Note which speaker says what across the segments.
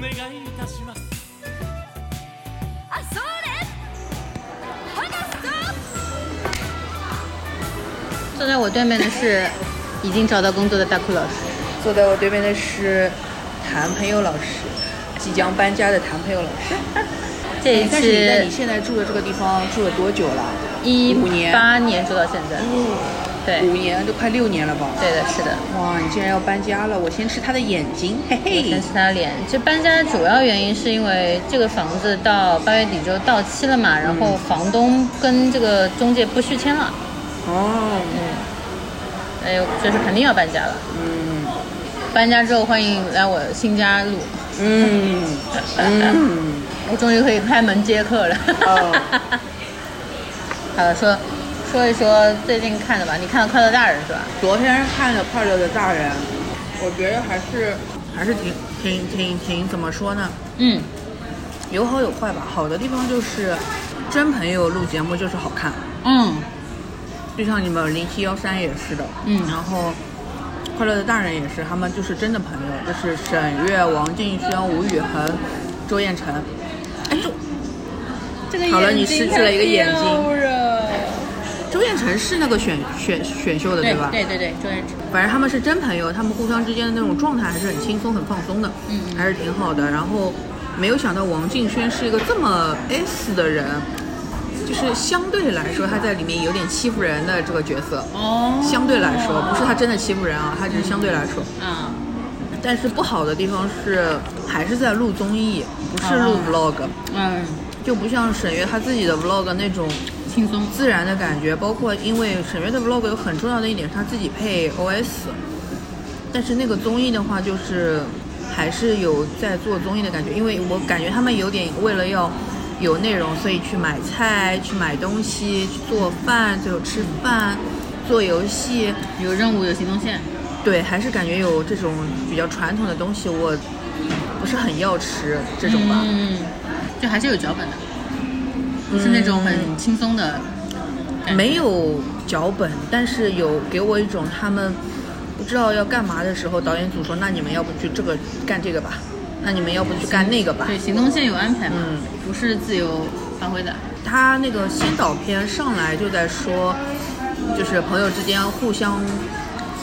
Speaker 1: 願いいたします
Speaker 2: あそれ離すぞ
Speaker 3: 坐在我对面的是已经找到工作的大哭老师。
Speaker 4: 坐在我对面的是谭朋友老师，即将搬家的谭朋友老师。哎
Speaker 3: 这一
Speaker 4: 但是你在你
Speaker 3: 次
Speaker 4: 现在住的这个地方住了多久了？
Speaker 3: 一
Speaker 4: 五年嗯
Speaker 3: 八年做到现在，对
Speaker 4: 五年都快六年了吧？
Speaker 3: 对的，是的。
Speaker 4: 哇，你竟然要搬家了！我先吃他的眼睛，嘿
Speaker 3: 我
Speaker 4: 嘿
Speaker 3: 先。吃他脸。这搬家主要原因是因为这个房子到八月底就到期了嘛，然后房东跟这个中介不续签了，
Speaker 4: 哦，
Speaker 3: 哎呦，就是肯定要搬家了。
Speaker 4: 嗯
Speaker 3: 搬家之后欢迎来我新家录，
Speaker 4: 嗯 嗯，
Speaker 3: 我终于可以开门接客了。
Speaker 4: 哦
Speaker 3: 好了，说说一说最近看的吧，你看了《快乐大人》是吧？
Speaker 4: 昨天看了《快乐的大人》，我觉得还是还是挺挺挺挺怎么说呢？
Speaker 3: 嗯，
Speaker 4: 有好有坏吧。好的地方就是，真朋友录节目就是好看，
Speaker 3: 嗯，
Speaker 4: 就像你们零七幺三也是的，
Speaker 3: 嗯
Speaker 4: 然后快乐的大人也是，他们就是真的朋友，就是沈月、王敬轩、吴宇恒、周彦辰。哎，周
Speaker 3: 这个
Speaker 4: 好了你失去了一个眼睛
Speaker 3: 了
Speaker 4: 周彦辰是那个选选选秀的
Speaker 3: 对
Speaker 4: 吧？
Speaker 3: 对对对，周星驰。
Speaker 4: 反正他们是真朋友，他们互相之间的那种状态还是很轻松、很放松的，
Speaker 3: 嗯嗯
Speaker 4: 还是挺好的。然后没有想到王敬轩是一个这么 S 的人，就是相对来说他在里面有点欺负人的这个角色，
Speaker 3: 哦，
Speaker 4: 相对来说不是他真的欺负人啊，他只是相对来说。
Speaker 3: 啊，
Speaker 4: 但是不好的地方是还是在录综艺，不是录
Speaker 3: 啊
Speaker 4: vlog，、
Speaker 3: 嗯，
Speaker 4: 就不像沈月她自己的 vlog 那种
Speaker 3: 轻松。
Speaker 4: 自然的感觉，包括因为沈月的 vlog 有很重要的一点是她自己配 OS，但是那个综艺的话就是还是有在做综艺的感觉，因为我感觉他们有点为了要有内容，所以去买菜、去买东西、去做饭，最后吃饭、做游戏，
Speaker 3: 有任务，有行动线。
Speaker 4: 对，还是感觉有这种比较传统的东西，我不是很要吃这种吧。
Speaker 3: 嗯，就还是有脚本的，不是那种很轻松的。感觉
Speaker 4: 嗯没有脚本，但是有给我一种他们不知道要干嘛的时候，导演组说：“那你们要不去这个干这个吧，那你们要不去干那个吧。
Speaker 3: 对，行动线有安排嘛，
Speaker 4: 嗯
Speaker 3: 不是自由发挥的。”
Speaker 4: 他那个先导片上来就在说，就是朋友之间互相，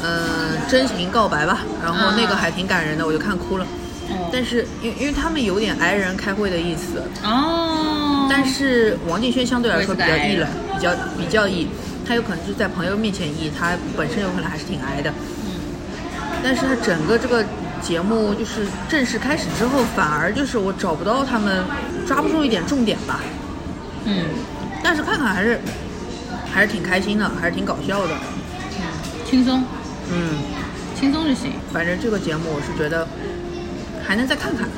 Speaker 4: 呃，真情告白吧。然后那个
Speaker 3: 嗯
Speaker 4: 还挺感人的，我就看哭了。
Speaker 3: 哦
Speaker 4: 但是因因为他们有点挨人开会的意思，
Speaker 3: 哦，
Speaker 4: 但是王敬轩相对来说比较
Speaker 3: 会
Speaker 4: 易
Speaker 3: 是
Speaker 4: 冷，比较比较易，他有可能是在朋友面前易，他本身有可能还是挺矮的。但是他整个这个节目就是正式开始之后，反而就是我找不到他们，抓不住一点重点吧。
Speaker 3: 嗯，
Speaker 4: 但是看看还是还是挺开心的，还是挺搞笑的。
Speaker 3: 轻松，
Speaker 4: 嗯，
Speaker 3: 轻松就行。
Speaker 4: 反正这个节目我是觉得还能再看看，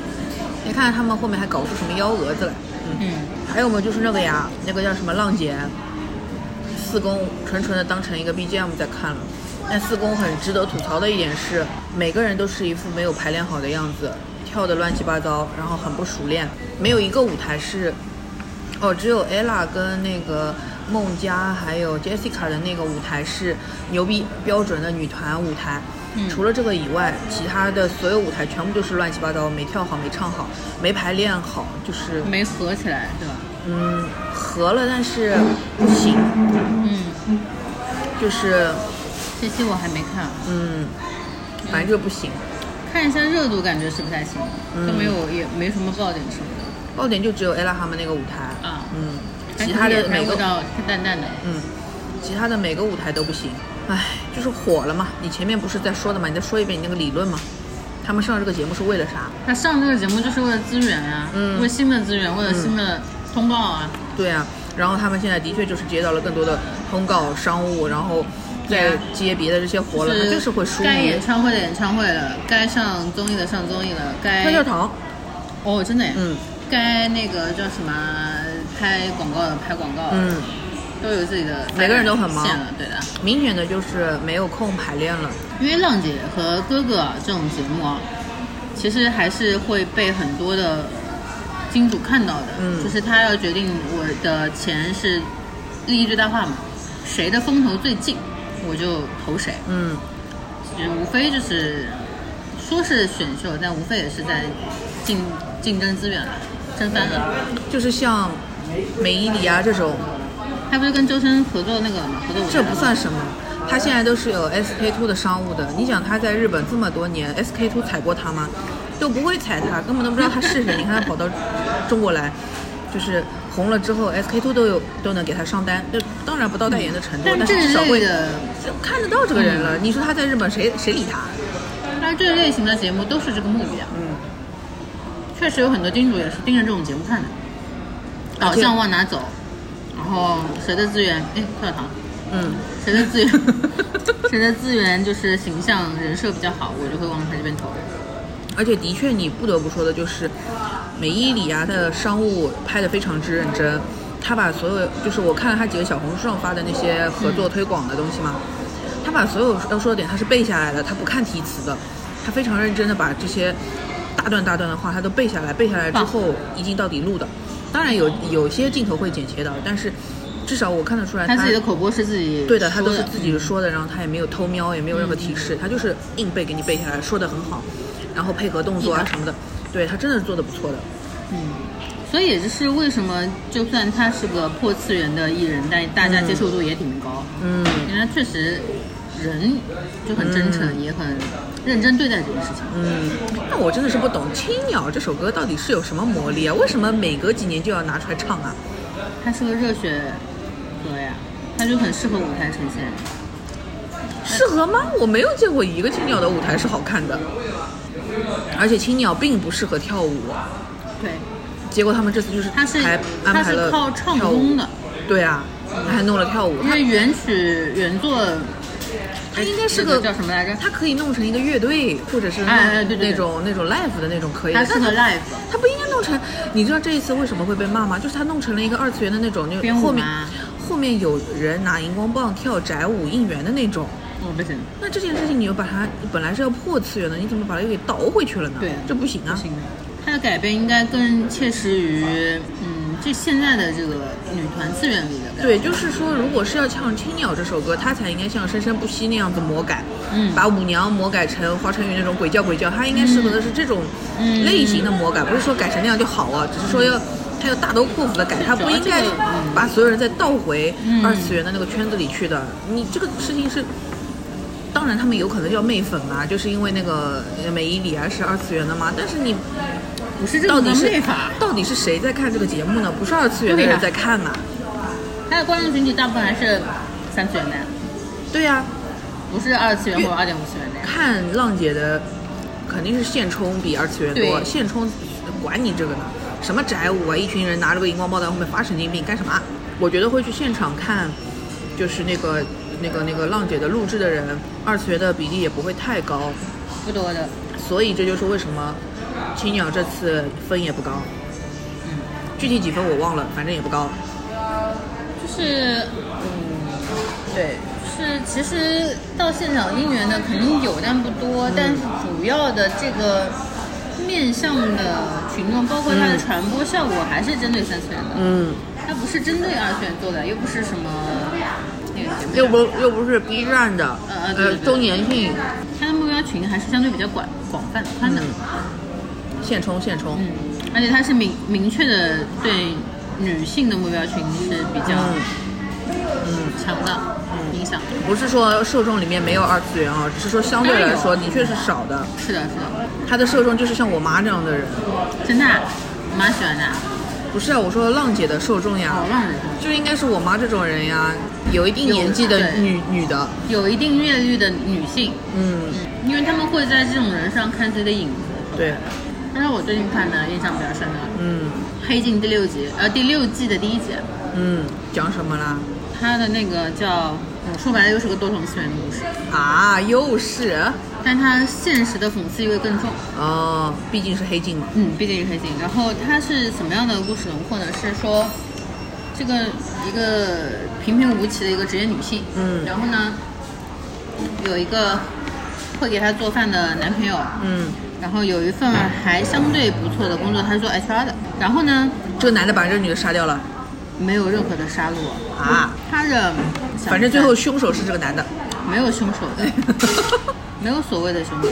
Speaker 4: 你看看他们后面还搞出什么幺蛾子来。
Speaker 3: 嗯，
Speaker 4: 还有没有就是那个呀，那个叫什么浪姐，四公纯纯的当成一个 BGM 在看了。但四公很值得吐槽的一点是，每个人都是一副没有排练好的样子，跳的乱七八糟，然后很不熟练，没有一个舞台是，哦，只有 ella 跟那个孟佳还有 Jessica 的那个舞台是牛逼标准的女团舞台。
Speaker 3: 嗯
Speaker 4: 除了这个以外，其他的所有舞台全部就是乱七八糟，没跳好，没唱好，没排练好，就是
Speaker 3: 没合起来，对吧？
Speaker 4: 嗯，合了，但是不行，
Speaker 3: 嗯，
Speaker 4: 就是
Speaker 3: 这期我还没看，啊
Speaker 4: 嗯，反正就不行。
Speaker 3: 看一下热度，感觉是不太行，
Speaker 4: 嗯
Speaker 3: 都没有，也没什么爆点什么的。
Speaker 4: 爆点就只有 ella 他们那个舞台
Speaker 3: 啊
Speaker 4: 嗯，其他的每
Speaker 3: 味
Speaker 4: 个
Speaker 3: 道淡淡的，
Speaker 4: 嗯，其他的每个舞台都不行。唉，就是火了嘛。你前面不是在说的嘛？你再说一遍你那个理论嘛？他们上这个节目是为了啥？
Speaker 3: 他上这个节目就是为了资源啊，
Speaker 4: 嗯
Speaker 3: 为新的资源，为了新的通告啊，
Speaker 4: 对啊，然后他们现在的确就是接到了更多的通告、商务，然后再
Speaker 3: 对啊
Speaker 4: 接别的这些活了，他就是会疏
Speaker 3: 该演
Speaker 4: 离。
Speaker 3: 唱会的演唱会了，该上综艺的上综艺了，该
Speaker 4: 跳跳糖，
Speaker 3: 哦，真的耶，
Speaker 4: 嗯
Speaker 3: 该那个叫什么拍广告的拍广告，，
Speaker 4: 嗯，
Speaker 3: 都有自己的，
Speaker 4: 每个人都很忙
Speaker 3: 了，对的。
Speaker 4: 明显的就是没有空排练了。
Speaker 3: 因为浪姐和哥哥啊这种节目啊，其实还是会被很多的金主看到的，
Speaker 4: 嗯
Speaker 3: 就是他要决定我的钱是利益最大化嘛，谁的风头最近，我就投谁，
Speaker 4: 嗯，
Speaker 3: 就是无非就是说是选秀，但无非也是在竞竞争资源，啊争翻了。
Speaker 4: 就是像梅伊里啊这种，
Speaker 3: 他不是跟周深合作那个嘛，合作舞台
Speaker 4: 这
Speaker 3: 嘛
Speaker 4: 不算什么。他现在都是有 SK two 的商务的，你想他在日本这么多年，SK two 踩过他吗？都不会踩他，根本都不知道他是 谁。你看他跑到中国来，就是红了之后，SK two 都有都能给他上单，就当然不到代言的程度，但
Speaker 3: 但
Speaker 4: 是
Speaker 3: 这
Speaker 4: 至少
Speaker 3: 类
Speaker 4: 会
Speaker 3: 的，嗯
Speaker 4: 就看得到这个人了。你说他在日本谁谁理他？
Speaker 3: 但是这类型的节目都是这个目的啊。
Speaker 4: 嗯，
Speaker 3: 确实有很多金主也是盯着这种节目看的，导向往哪走，然后谁的资源，哎，跳堂，
Speaker 4: 嗯，
Speaker 3: 谁的 资源，谁的资源就是形象人设比较好，我就会往他这边投。
Speaker 4: 而且的确，你不得不说的就是，美伊里啊，他的商务拍得非常之认真。他把所有，就是我看了他几个小红书上发的那些合作推广的东西嘛，他把所有要说的点他是背下来的，他不看提词的，他非常认真的把这些大段大段的话他都背下来，背下来之后一镜到底录的。当然有有些镜头会剪切到，但是至少我看得出来
Speaker 3: 他自己的口播是自己
Speaker 4: 对的，他都
Speaker 3: 说嗯
Speaker 4: 是自己说的，然后他也没有偷瞄，也没有任何提示，他就是硬背给你背下来，说的很好，然后配合动作啊
Speaker 3: 硬的
Speaker 4: 什么的，对他真的是做的不错的。
Speaker 3: 嗯所以也就是为什么，就算他是个破次元的艺人，但大家接受度也挺高，
Speaker 4: 嗯，
Speaker 3: 因为他确实人就很真诚，
Speaker 4: 嗯
Speaker 3: 也很认真对待这件事情。
Speaker 4: 那我真的是不懂《青鸟》这首歌到底是有什么魔力啊？为什么每隔几年就要拿出来唱啊？
Speaker 3: 他是个热血歌呀，他就很适合舞台呈现。
Speaker 4: 适合吗？我没有见过一个青鸟的舞台是好看的，而且青鸟并不适合跳舞，
Speaker 3: 对，
Speaker 4: 结果他们这次就是
Speaker 3: 他是
Speaker 4: 还
Speaker 3: 他
Speaker 4: 安排
Speaker 3: 是
Speaker 4: 了
Speaker 3: 靠唱
Speaker 4: 跳舞
Speaker 3: 功的，，
Speaker 4: 对啊，他还弄了跳舞，
Speaker 3: 因
Speaker 4: 他
Speaker 3: 为原曲原作
Speaker 4: 他应该是
Speaker 3: 那
Speaker 4: 个
Speaker 3: 叫什么来着？
Speaker 4: 他可以弄成一个乐队，或者是弄
Speaker 3: 哎哎对对对
Speaker 4: 那种那种 live 的那种可以的，
Speaker 3: 他适
Speaker 4: 但
Speaker 3: 合
Speaker 4: 他
Speaker 3: live，
Speaker 4: 他不应该弄成。你知道这一次为什么会被骂吗？就是他弄成了一个二次元的那种，就
Speaker 3: 编舞
Speaker 4: 后面
Speaker 3: 吗
Speaker 4: 后面有人拿荧光棒跳宅舞应援的那种。
Speaker 3: 我不行，
Speaker 4: 那这件事情你又把它本来是要破次元的，你怎么把它又给倒回去了呢？
Speaker 3: 对
Speaker 4: 这不行啊
Speaker 3: 不！行的。他的改编应该更切实于，嗯，这现在的这个女团次元里的改编。
Speaker 4: 对，就是说，如果是要唱《青鸟》这首歌，它才应该像《生生不息》那样子魔改，
Speaker 3: 嗯
Speaker 4: 把舞娘魔改成华晨宇那种鬼叫鬼叫，它应该适合的是这种
Speaker 3: 嗯
Speaker 4: 类型的魔改，不是说改成那样就好啊，只是说要它要大刀阔斧的改，它不应
Speaker 3: 主要
Speaker 4: 该
Speaker 3: 这个嗯
Speaker 4: 把所有人再倒回
Speaker 3: 嗯
Speaker 4: 二次元的那个圈子里去的。你这个事情是。当然，他们有可能要媚粉嘛，就是因为那个呃美伊里啊是二次元的嘛。但是你
Speaker 3: 不是这
Speaker 4: 到
Speaker 3: 个
Speaker 4: 底
Speaker 3: 能
Speaker 4: 是
Speaker 3: 内法，
Speaker 4: 到底是谁在看这个节目呢？不是二次元的
Speaker 3: 对呀
Speaker 4: 人在看嘛？
Speaker 3: 他的观众群体大部分还是三次元的呀，
Speaker 4: 对呀、
Speaker 3: 不是二次元或者二点五次元的呀。
Speaker 4: 看浪姐的肯定是现充比二次元多，
Speaker 3: 对
Speaker 4: 现充管你这个呢，什么宅舞啊，一群人拿着个荧光棒在后面发神经病干什么啊？我觉得会去现场看，就是那个那个那个浪姐的录制的人，二次元的比例也不会太高，
Speaker 3: 不多的，
Speaker 4: 所以这就是为什么青鸟这次分也不高，
Speaker 3: 嗯，
Speaker 4: 具体几分我忘了，反正也不高。
Speaker 3: 就是
Speaker 4: 对，
Speaker 3: 是，其实到现场应援的肯定有，但不多。
Speaker 4: 嗯
Speaker 3: 但是主要的这个面向的群众，包括它的传播效果，还是针对三次元的。
Speaker 4: 嗯，
Speaker 3: 它不是针对二次元做的，又不是什么那个节目。
Speaker 4: 又不又不是 B 站的，
Speaker 3: 嗯嗯对
Speaker 4: 呃
Speaker 3: 对，对
Speaker 4: 周年庆
Speaker 3: 它的目标群还是相对比较广广泛宽的。
Speaker 4: 嗯现充现充，
Speaker 3: 嗯，而且它是明明确的对女性的目标群是比较
Speaker 4: 嗯
Speaker 3: 强的影响。
Speaker 4: 不是说受众里面没有二次元啊，只是说相对来说的确是少的。
Speaker 3: 是的，是的，
Speaker 4: 他的受众就是像我妈这样的人，
Speaker 3: 真的啊，我蛮喜欢的啊，
Speaker 4: 不是啊，我说哦浪姐的受众呀
Speaker 3: 好，让人。
Speaker 4: 就应该是我妈这种人呀，有一定年纪的
Speaker 3: 有
Speaker 4: 女女的，
Speaker 3: 有一定阅历的女性，
Speaker 4: 嗯，
Speaker 3: 嗯，因为她们会在这种人上看自己的影子。
Speaker 4: 对，
Speaker 3: 但是我最近看的印象比较深的
Speaker 4: 嗯
Speaker 3: 《黑镜》第六集，呃，第六季的第一集，
Speaker 4: 嗯，讲什么啦？
Speaker 3: 它的那个叫，嗯说白了又是个多重次元的故事，
Speaker 4: 啊，又是，
Speaker 3: 但它现实的讽刺意味更重。
Speaker 4: 哦，毕竟是黑镜嘛，
Speaker 3: 嗯，毕竟是黑镜。然后它是什么样的故事轮廓呢？是说这个一个平平无奇的一个职业女性，
Speaker 4: 嗯
Speaker 3: 然后呢有一个会给她做饭的男朋友，
Speaker 4: 嗯，
Speaker 3: 然后有一份还相对不错的工作，她是做 HR 的。然后呢，
Speaker 4: 这个男的把这个女的杀掉了
Speaker 3: 没有任何的杀戮，
Speaker 4: 啊，
Speaker 3: 她的
Speaker 4: 反正最后凶手是这个男的，
Speaker 3: 没有凶手的，没有所谓的凶手。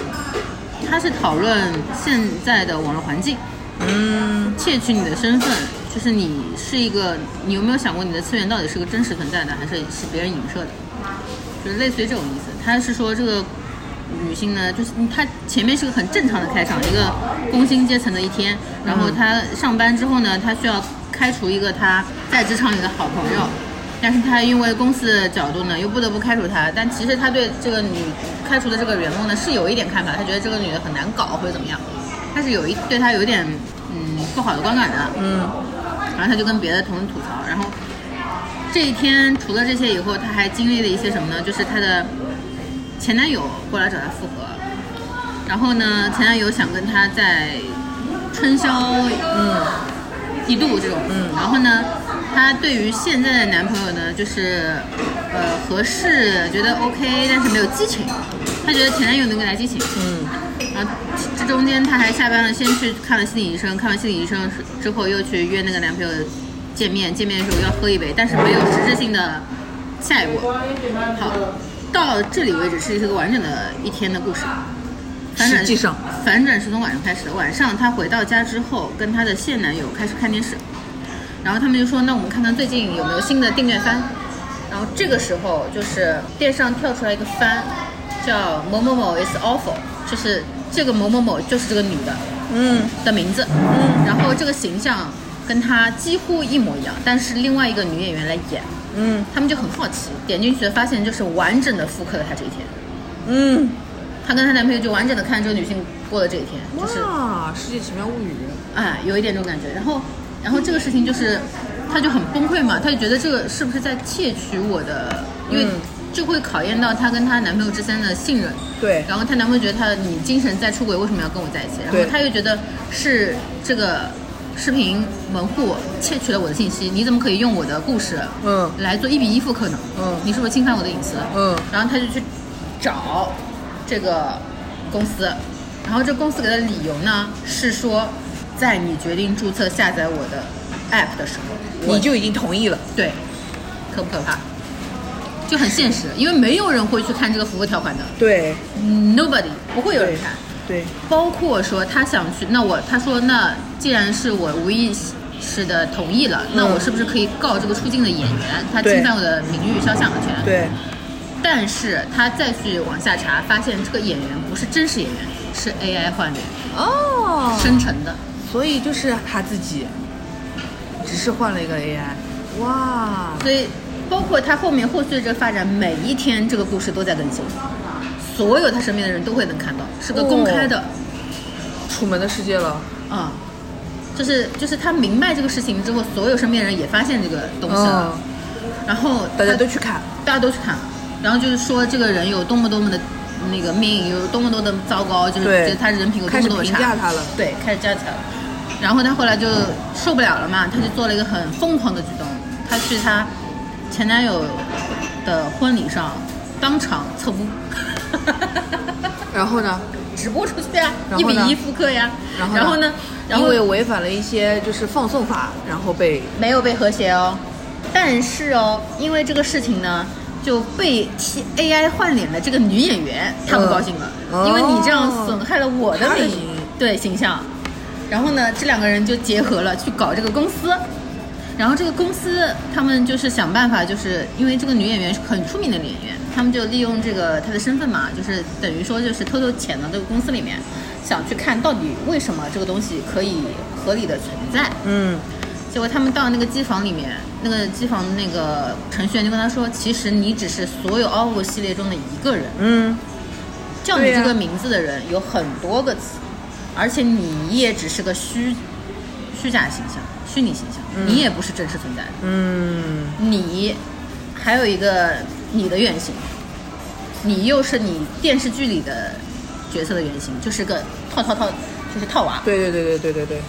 Speaker 3: 它是讨论现在的网络环境，嗯，窃取你的身份，就是你是一个，你有没有想过你的次元到底是个真实存在的，还是是别人影射的？就是类似于这种意思。他是说这个女性呢，就是嗯她前面是个很正常的开场，一个工薪阶层的一天，然后她上班之后呢，她需要开除一个她在职场里的好朋友。但是她因为公司的角度呢，又不得不开除她。但其实她对这个女开除的这个员工呢，是有一点看法，她觉得这个女的很难搞或者怎么样，她是有一对她有一点嗯不好的观感的。嗯，然后她就跟别的同事吐槽，然后这一天除了这些以后，她还经历了一些什么呢？就是她的前男友过来找她复合，然后呢，前男友想跟她在春宵嗯一度这种，嗯，然后呢，她对于现在的男朋友呢，就是呃合适，觉得 OK，但是没有激情，她觉得前男友能给她激情，
Speaker 4: 嗯，
Speaker 3: 然后这中间她还下班了，先去看了心理医生，看完心理医生之后又去约那个男朋友见面，见面的时候要喝一杯，但是没有实质性的下一步。好，到这里为止是这个完整的一天的故事。反转
Speaker 4: 实际上，
Speaker 3: 反转是从晚上开始的。晚上她回到家之后，跟她的现男友开始看电视，然后他们就说：“那我们看看最近有没有新的订阅番。”然后这个时候就是电视上跳出来一个番，叫某某某 is awful，就是这个某某某就是这个女的
Speaker 4: 嗯
Speaker 3: 的名字，嗯，然后这个形象跟她几乎一模一样，但是另外一个女演员来演，
Speaker 4: 嗯
Speaker 3: 他们就很好奇，点进去发现就是完整的复刻了她这一天，
Speaker 4: 嗯，
Speaker 3: 她跟她男朋友就完整的看这个女性过了这一天，就是
Speaker 4: 哇，《世界奇妙物语
Speaker 3: 哎，有一点这种感觉。然后，然后这个事情就是，他就很崩溃嘛，他就觉得这个是不是在窃取我的，因为
Speaker 4: 嗯
Speaker 3: 就会考验到她跟她男朋友之间的信任。》
Speaker 4: 对，
Speaker 3: 然后她男朋友觉得她你精神在出轨，为什么要跟我在一起？然后
Speaker 4: 对
Speaker 3: 她又觉得是这个视频门户窃取了我的信息，你怎么可以用我的故事
Speaker 4: 嗯
Speaker 3: 来做一比一复刻呢？
Speaker 4: 嗯
Speaker 3: 你是不是侵犯我的隐私？
Speaker 4: 嗯
Speaker 3: 然后他就去找这个公司，然后这公司给的理由呢是说，在你决定注册下载我的 app 的时候，
Speaker 4: 你就已经同意了，
Speaker 3: 对，可不可怕？就很现实，因为没有人会去看这个服务条款的
Speaker 4: 对
Speaker 3: ，nobody 不会有人看。
Speaker 4: 对，
Speaker 3: 包括说他想去，那我他说那既然是我无意识的同意了，那我是不是可以告这个出镜的演员，他
Speaker 4: 嗯对
Speaker 3: 侵犯我的名誉肖像权？
Speaker 4: 对
Speaker 3: 但是他再去往下查，发现这个演员不是真实演员，是 AI 换的，
Speaker 4: 哦
Speaker 3: 生成的。
Speaker 4: 所以就是他自己，只是换了一
Speaker 3: 嗯
Speaker 4: 个 AI，哇，
Speaker 3: 所以，包括他后面后续的这个发展，每一天这个故事都在更新，所有他身边的人都会能看到，是个公开的。
Speaker 4: 楚门的世界了，
Speaker 3: 啊、就是就是他明白这个事情之后，所有身边人也发现这个东西了，
Speaker 4: 嗯，
Speaker 3: 然后
Speaker 4: 大家
Speaker 3: 他
Speaker 4: 都去看，
Speaker 3: 大家都去看了，然后就是说这个人有多么多么的那个命，有多么多的糟糕，就是
Speaker 4: 对
Speaker 3: 觉得嗯他人品有多
Speaker 4: 开
Speaker 3: 么
Speaker 4: 始
Speaker 3: 多么
Speaker 4: 评
Speaker 3: 差。
Speaker 4: 价他了，
Speaker 3: 对，开始加起来了。然后他后来就受不了了嘛，他就做了一个很疯狂的举动，他去他前男友的婚礼上当场侧播，
Speaker 4: 然后呢，
Speaker 3: 直播出去啊，
Speaker 4: 然
Speaker 3: 一
Speaker 4: 后
Speaker 3: 比
Speaker 4: 呢
Speaker 3: 一复刻呀。
Speaker 4: 然后呢
Speaker 3: 然后呢？然后
Speaker 4: 因为违反了一些就是放送法，然后被
Speaker 3: 没有被和谐哦，但是哦，因为这个事情呢。就被替 AI 换脸的这个女演员，她不高兴了，
Speaker 4: 嗯
Speaker 3: 因为你这样
Speaker 4: 哦
Speaker 3: 损害了我的
Speaker 4: 她的
Speaker 3: 名
Speaker 4: 形
Speaker 3: 对形象。然后呢，这两个人就结合了去搞这个公司。然后这个公司他们就是想办法，就是因为这个女演员是很出名的女演员，他们就利用这个她的身份嘛，就是等于说就是偷偷潜到这个公司里面，想去看到底为什么这个东西可以合理的存在。
Speaker 4: 嗯
Speaker 3: 结果他们到那个机房里面，那个机房那个程序员就跟他说：“其实你只是所有 OVO 系列中的一个人，
Speaker 4: 嗯
Speaker 3: 叫你
Speaker 4: 对呀
Speaker 3: 这个名字的人有很多个词，而且你也只是个虚虚假形象、虚拟形象，你也不是真实存在的。
Speaker 4: 嗯
Speaker 3: 你还有一个你的原型，你又是你电视剧里的角色的原型，就是个套套套，就是套娃，
Speaker 4: 对对对对对对对，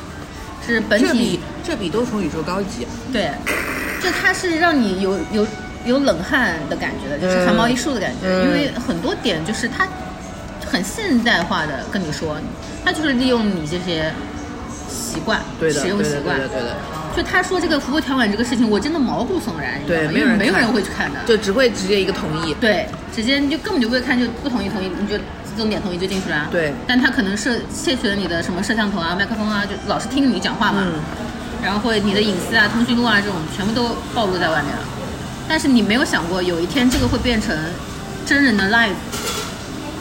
Speaker 3: 是本
Speaker 4: 这
Speaker 3: 体
Speaker 4: 比这比多重宇宙高级，
Speaker 3: 对，就它是让你有有有冷汗的感觉的，就是汗毛一竖的感觉，
Speaker 4: 嗯
Speaker 3: 因为很多点就是它很现代化的跟你说，它就是利用你这些习惯、
Speaker 4: 对的，
Speaker 3: 使
Speaker 4: 对
Speaker 3: 用
Speaker 4: 的
Speaker 3: 习
Speaker 4: 对
Speaker 3: 惯。
Speaker 4: 的对的，
Speaker 3: 就他说这个服务条款这个事情，我真的毛骨悚然，你知道
Speaker 4: 对
Speaker 3: 吗
Speaker 4: 没有
Speaker 3: 因为
Speaker 4: 人
Speaker 3: 没有
Speaker 4: 看
Speaker 3: 人会去看的。
Speaker 4: 就只会直接一个同意，
Speaker 3: 对，直接你就根本就不会看，就不同意同意，你就自动点头你就进去了、啊。
Speaker 4: 对
Speaker 3: 但他可能摄窃取了你的什么摄像头啊、麦克风啊，就老是听你讲话嘛，
Speaker 4: 嗯
Speaker 3: 然后会你的隐私啊、通讯录啊这种全部都暴露在外面了。但是你没有想过有一天这个会变成真人的 live，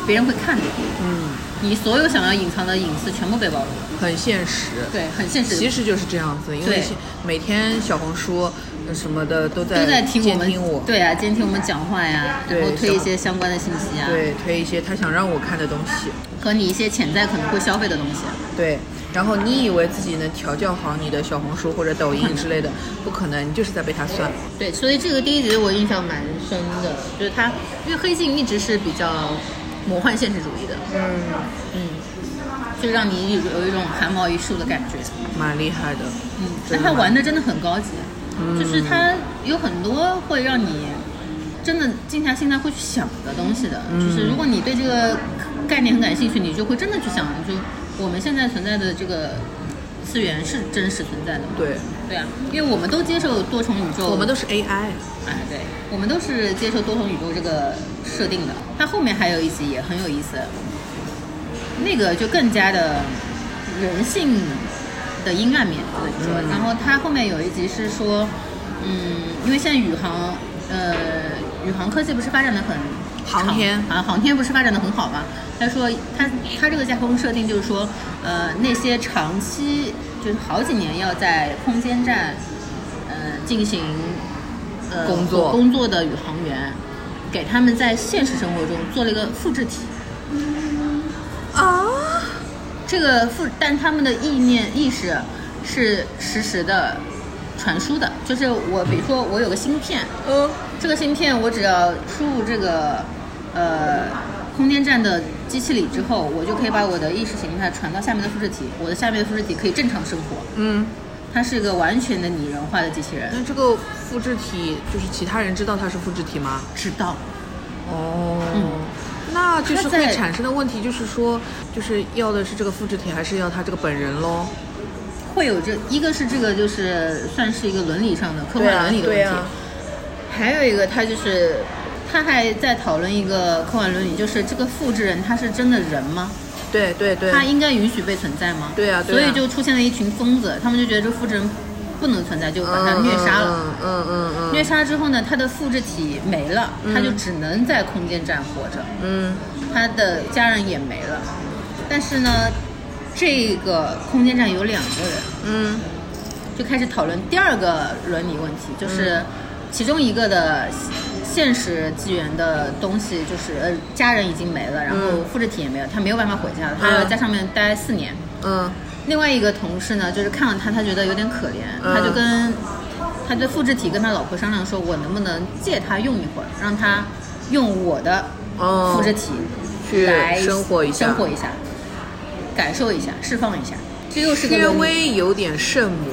Speaker 3: 别人会看的，
Speaker 4: 嗯，
Speaker 3: 你所有想要隐藏的隐私全部被暴露了。
Speaker 4: 很现实。
Speaker 3: 对，很现实。
Speaker 4: 其实就是这样子，因为
Speaker 3: 对
Speaker 4: 现每天小红书呃什么的都在
Speaker 3: 都在听我
Speaker 4: 监
Speaker 3: 们，
Speaker 4: 听我，
Speaker 3: 对啊，监听我们讲话呀，
Speaker 4: 对
Speaker 3: 然后推一些相关的信息啊，
Speaker 4: 对推一些他想让我看的东西，
Speaker 3: 和你一些潜在可能会消费的东西啊。
Speaker 4: 对。然后你以为自己能调教好你的小红书或者抖音之类的，不可能，你就是在被他算。
Speaker 3: 对，所以这个第一集我印象蛮深的，就是它，因为黑镜一直是比较魔幻现实主义的，
Speaker 4: 嗯，
Speaker 3: 嗯，就让你有有一种汗毛一竖的感觉，
Speaker 4: 蛮厉害的。
Speaker 3: 嗯，
Speaker 4: 真
Speaker 3: 但
Speaker 4: 的
Speaker 3: 它
Speaker 4: 吗
Speaker 3: 玩的真的很高级，
Speaker 4: 嗯
Speaker 3: 就是它有很多会让你真的静下心来会去想的东西的，
Speaker 4: 嗯
Speaker 3: 就是如果你对这个概念很感兴趣，你就会真的去想，就我们现在存在的这个次元是真实存在的吗？
Speaker 4: 对，
Speaker 3: 对啊，因为我们都接受多重宇宙，
Speaker 4: 我们都是 AI。
Speaker 3: 哎，对，我们都是接受多重宇宙这个设定的。它后面还有一集也很有意思，那个就更加的人性的阴暗面，我跟你
Speaker 4: 嗯
Speaker 3: 说。然后它后面有一集是说，嗯，因为现在宇航，呃，宇航科技不是发展的很
Speaker 4: 航
Speaker 3: 长
Speaker 4: 天
Speaker 3: 啊，航天不是发展的很好嘛？他说他他这个架空设定就是说，呃，那些长期就是好几年要在空间站，呃，进行呃
Speaker 4: 工作
Speaker 3: 工作的宇航员，给他们在现实生活中做了一个复制体。
Speaker 4: 啊，
Speaker 3: 这个复，但他们的意念意识是实时的传输的，就是我比如说我有个芯片，
Speaker 4: 嗯，
Speaker 3: 这个芯片我只要输入这个呃空间站的机器里之后，我就可以把我的意识形态传到下面的复制体，我的下面的复制体可以正常生活。
Speaker 4: 嗯，
Speaker 3: 它是一个完全的拟人化的机器人。
Speaker 4: 那这个复制体就是其他人知道它是复制体吗？
Speaker 3: 知道，
Speaker 4: 哦，
Speaker 3: 嗯
Speaker 4: 那就是
Speaker 3: 它在
Speaker 4: 会产生的问题就是说，就是要的是这个复制体，还是要他这个本人喽？
Speaker 3: 会有这一个是这个就是算是一个伦理上的客观
Speaker 4: 对啊
Speaker 3: 伦理的问题，
Speaker 4: 对啊
Speaker 3: 还有一个他就是他还在讨论一个客观伦理，就是这个复制人他是真的人吗？
Speaker 4: 对对对，
Speaker 3: 他应该允许被存在吗？
Speaker 4: 对啊对
Speaker 3: 所
Speaker 4: 啊
Speaker 3: 以就出现了一群疯子，他们就觉得这复制人不能存在，就把他虐杀了。
Speaker 4: 嗯嗯嗯嗯，
Speaker 3: 虐杀之后呢，他的复制体没了，他就只能在空间站活着，
Speaker 4: 嗯
Speaker 3: 他的家人也没了。但是呢，这个空间站有两个人，
Speaker 4: 嗯
Speaker 3: 就开始讨论第二个伦理问题，
Speaker 4: 嗯
Speaker 3: 就是其中一个的现实纪元的东西，就是呃家人已经没了，然后
Speaker 4: 嗯
Speaker 3: 复制体也没有，他没有办法毁下来，他要在上面待四年。
Speaker 4: 嗯
Speaker 3: 另外一个同事呢，就是看了他，他觉得有点可怜，
Speaker 4: 嗯
Speaker 3: 他就跟他的复制体跟他老婆商量说，我能不能借他用一会儿，让他用我的
Speaker 4: 哦
Speaker 3: 复制体
Speaker 4: 去
Speaker 3: 来
Speaker 4: 生活一下
Speaker 3: 生活一下，感受一下，释放一下。这又是个
Speaker 4: 略
Speaker 3: 伦理
Speaker 4: 微有点圣母，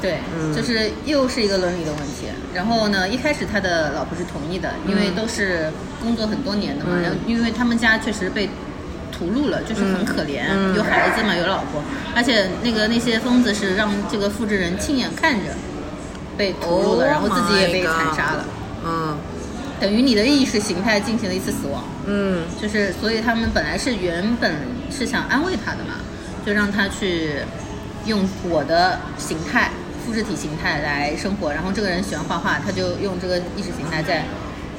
Speaker 3: 对，
Speaker 4: 嗯
Speaker 3: 就是又是一个伦理的问题。然后呢，一开始他的老婆是同意的，因为都是工作很多年的嘛，
Speaker 4: 嗯
Speaker 3: 然后因为他们家确实被屠戮了，就是很可怜，
Speaker 4: 嗯
Speaker 3: 有孩子嘛，有老婆，而且那个那些疯子是让这个复制人亲眼看着被屠戮了，
Speaker 4: Oh
Speaker 3: 然后自己也被
Speaker 4: my
Speaker 3: 残杀了，
Speaker 4: 嗯
Speaker 3: 等于你的意识形态进行了一次死亡。
Speaker 4: 嗯
Speaker 3: 就是所以他们本来是原本是想安慰他的嘛，就让他去用我的形态复制体形态来生活，然后这个人喜欢画画，他就用这个意识形态在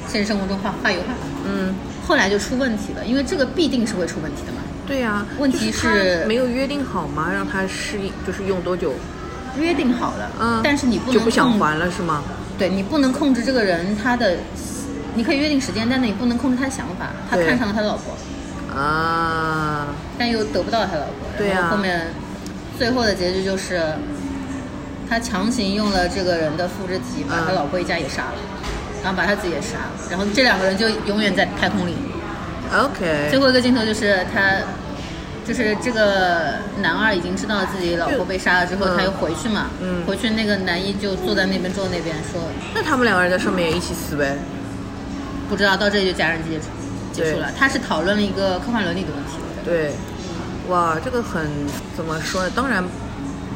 Speaker 3: 现实生活中画画油画，
Speaker 4: 嗯，
Speaker 3: 后来就出问题了，因为这个必定是会出问题的嘛。
Speaker 4: 对呀、
Speaker 3: 问题
Speaker 4: 就是他
Speaker 3: 是
Speaker 4: 没有约定好吗？让他适应，就是用多久？
Speaker 3: 约定好了，
Speaker 4: 嗯，
Speaker 3: 但是你不能
Speaker 4: 就不想
Speaker 3: 控
Speaker 4: 还了是吗？
Speaker 3: 对你不能控制这个人他的，你可以约定时间，但是你不能控制他的想法。他
Speaker 4: 对
Speaker 3: 看上了他老婆，
Speaker 4: 啊，
Speaker 3: 但又得不到他老婆。
Speaker 4: 对
Speaker 3: 然
Speaker 4: 啊
Speaker 3: 后后面最后的结局就是，他强行用了这个人的复制体，把
Speaker 4: 嗯
Speaker 3: 他老婆一家也杀了，然后把他自己也杀了，然后这两个人就永远在太空里。最
Speaker 4: OK，
Speaker 3: 后一个镜头就是他。就是这个男二已经知道自己老婆被杀了之后，
Speaker 4: 嗯
Speaker 3: 他又回去嘛，
Speaker 4: 嗯
Speaker 3: 回去那个男一就坐在那边坐那边说，
Speaker 4: 那他们两个人在上面也一起死呗？
Speaker 3: 不知道到这里就戛然结束结束了。他是讨论了一个科幻伦理的问题，我觉得
Speaker 4: 对，哇，这个很怎么说呢？当然，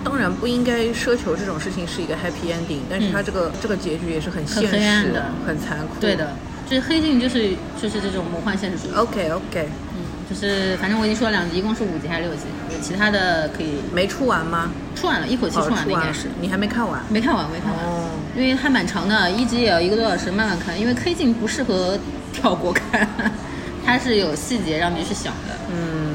Speaker 4: 当然不应该奢求这种事情是一个 happy ending，但是它这个、这个结局也是很
Speaker 3: 嗯
Speaker 4: 现
Speaker 3: 很黑暗
Speaker 4: 实
Speaker 3: 的
Speaker 4: 很残酷。
Speaker 3: 对。的，就是黑镜就是就是这种魔幻现实主义。
Speaker 4: OK OK，
Speaker 3: 嗯，就是反正我已经说了两集，一共是五集还是六集？有其他的可以
Speaker 4: 没出完吗？
Speaker 3: 出完了，一口气
Speaker 4: 哦
Speaker 3: 出完了应
Speaker 4: 完
Speaker 3: 该
Speaker 4: 了
Speaker 3: 是。
Speaker 4: 你还没看完。
Speaker 3: 没看完，没看完，
Speaker 4: 哦
Speaker 3: 因为还蛮长的，一集也要一个多小时，慢慢看。因为 K 镜不适合跳过看， 它是有细节让你去想的。
Speaker 4: 嗯，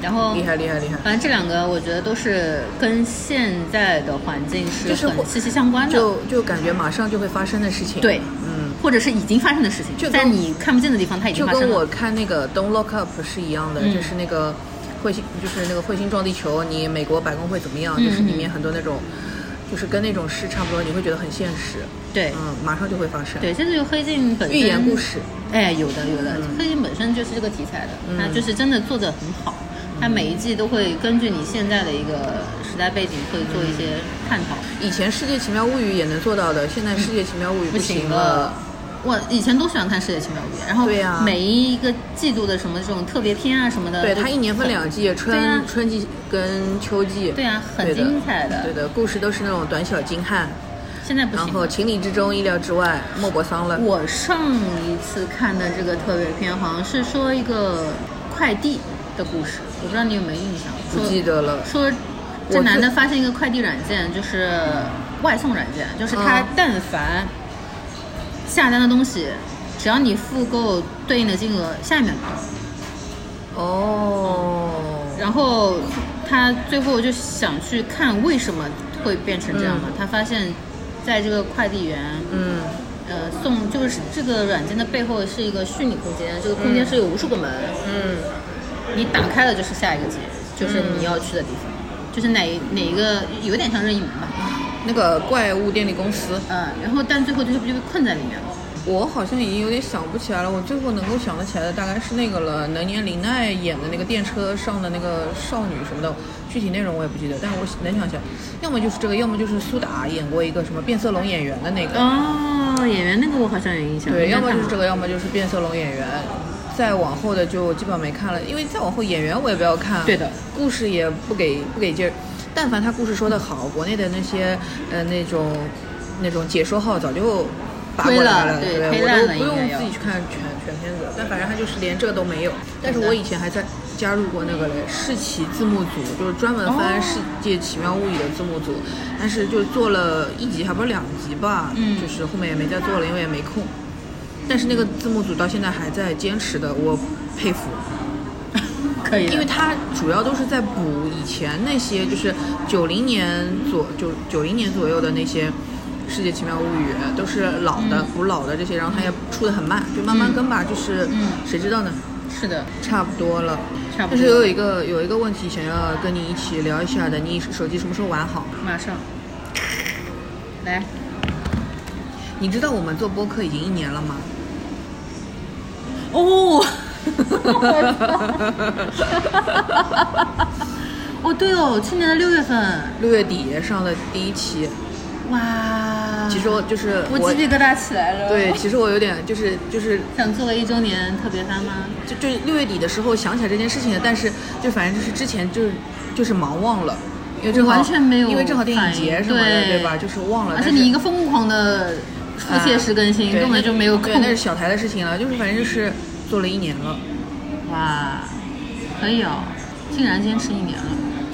Speaker 3: 然后
Speaker 4: 厉害厉害厉害。
Speaker 3: 反正这两个我觉得都是跟现在的环境是
Speaker 4: 就是
Speaker 3: 很
Speaker 4: 会
Speaker 3: 息息相关的，
Speaker 4: 就就感觉马上就会发生的事情。
Speaker 3: 对
Speaker 4: 嗯，
Speaker 3: 或者是已经发生的事
Speaker 4: 就
Speaker 3: 情，
Speaker 4: 跟
Speaker 3: 在你看不见的地方它已经
Speaker 4: 就
Speaker 3: 发生
Speaker 4: 跟我
Speaker 3: 了。
Speaker 4: 看那个《Don't Look Up》是一样的，
Speaker 3: 嗯
Speaker 4: 就是那个彗星，就是那个彗星撞地球，你美国白宫会怎么样？
Speaker 3: 嗯
Speaker 4: 就是里面很多那种，就是跟那种事差不多，你会觉得很现实。
Speaker 3: 对
Speaker 4: 嗯，马上就会发生。
Speaker 3: 对，这就是黑镜本身
Speaker 4: 寓言故事。
Speaker 3: 哎，有的有的，
Speaker 4: 嗯
Speaker 3: 黑镜本身就是这个题材的，
Speaker 4: 嗯
Speaker 3: 它就是真的做得很好。它每一季都会根据你现在的一个时代背景，会做一些
Speaker 4: 嗯
Speaker 3: 探讨。
Speaker 4: 以前《世界奇妙物语》也能做到的，现在《世界奇妙物语》
Speaker 3: 嗯不
Speaker 4: 行
Speaker 3: 行了。。我以前都喜欢看《世界奇妙物语》，然后
Speaker 4: 对呀
Speaker 3: 每一个季度的什么这种特别篇啊什么的，
Speaker 4: 对，
Speaker 3: 都
Speaker 4: 它一年分两季，春、
Speaker 3: 对啊
Speaker 4: 春季跟秋季。
Speaker 3: 对啊，很
Speaker 4: 对的
Speaker 3: 精彩的。
Speaker 4: 对的，故事都是那种短小精悍，
Speaker 3: 现在不
Speaker 4: 然
Speaker 3: 行
Speaker 4: 后
Speaker 3: 了。
Speaker 4: 情理之中，意料之外，莫泊桑了。
Speaker 3: 我上一次看的这个特别篇，好像是说一个快递的故事，我不知道你有没有印象？
Speaker 4: 不记得了。
Speaker 3: 说这
Speaker 4: 我
Speaker 3: 男的
Speaker 4: 就
Speaker 3: 发现一个快递软件，就是外送软件，就是他
Speaker 4: 嗯
Speaker 3: 但凡下单的东西，只要你付够对应的金额，下一秒就到。
Speaker 4: 哦，
Speaker 3: 然后他最后就想去看为什么会变成这样嘛，
Speaker 4: 嗯
Speaker 3: 他发现在这个快递员。
Speaker 4: 嗯，
Speaker 3: 呃，送就是这个软件的背后是一个虚拟空间，这个空间是有无数个门，
Speaker 4: 嗯，
Speaker 3: 你打开了就是下一个节，就是你要去的地方，就是哪一哪一个有点像任意门吧，
Speaker 4: 那个怪物电力公司，
Speaker 3: 嗯，然后但最后就是就被困在里面了。
Speaker 4: 我好像已经有点想不起来了。我最后能够想得起来的大概是那个了，能年玲奈演的那个电车上的那个少女什么的，具体内容我也不记得，但是我能想起来，要么就是这个，要么就是苏打演过一个什么变色龙演员的那个，
Speaker 3: 哦，演员那个我好像有印象
Speaker 4: 对，要么就是这
Speaker 3: 个。
Speaker 4: 个，要么就是变色龙演员。再往后的就基本上没看了，因为再往后演员我也不要看，
Speaker 3: 对的，
Speaker 4: 故事也不给不给劲儿。但凡他故事说的好，国内的那些呃那种那种解说号早就拔过
Speaker 3: 推
Speaker 4: 来
Speaker 3: 了对
Speaker 4: 对
Speaker 3: 推烂了
Speaker 4: 我都
Speaker 3: 应
Speaker 4: 不
Speaker 3: 该
Speaker 4: 用
Speaker 3: 要
Speaker 4: 自己去看全全片子，但反正他就是连这都没有。但是
Speaker 3: 好的
Speaker 4: 我以前还在加入过那个嘞世奇字幕组，就是专门翻
Speaker 3: 哦
Speaker 4: 《世界奇妙物语》的字幕组，但是就做了一集，还不是两集吧，
Speaker 3: 嗯
Speaker 4: 就是后面也没再做了，因为也没空。但是那个字幕组到现在还在坚持的，我佩服。
Speaker 3: 可以的，
Speaker 4: 因为它主要都是在补以前那些，就是九零年左就九零年左右的那些《世界奇妙物语》，都是老的、
Speaker 3: 嗯
Speaker 4: 补老的这些，然后它也出的很慢，就慢慢跟吧，就是
Speaker 3: 嗯
Speaker 4: 谁知道呢？
Speaker 3: 是的，
Speaker 4: 差不多了，
Speaker 3: 差不多
Speaker 4: 但是有一个有一个问题想要跟你一起聊一下的，你手机什么时候玩好？
Speaker 3: 马上来，
Speaker 4: 你知道我们做播客已经一年了吗？
Speaker 3: 哦，哦对哦，去年的六月份，
Speaker 4: 六月底上的第一期，
Speaker 3: 哇，
Speaker 4: 其实我就是
Speaker 3: 我鸡皮疙瘩起来了，
Speaker 4: 对，，其实我有点就是就是
Speaker 3: 想做个一周年特别番吗？
Speaker 4: 就就六月底的时候想起来这件事情的，但是就反正就是之前就是就是忙忘了，因为正好
Speaker 3: 完全没有
Speaker 4: 因为正好电影节什么
Speaker 3: 反
Speaker 4: 的，
Speaker 3: 应对
Speaker 4: 对吧？就是忘了。
Speaker 3: 而且
Speaker 4: 但是
Speaker 3: 你一个疯狂的腹泻式更新，
Speaker 4: 啊对
Speaker 3: 根本就没有空
Speaker 4: 对，。那是小台的事情了，就是反正就是做了一年了。
Speaker 3: 哇，可以哦，竟然坚持一年了，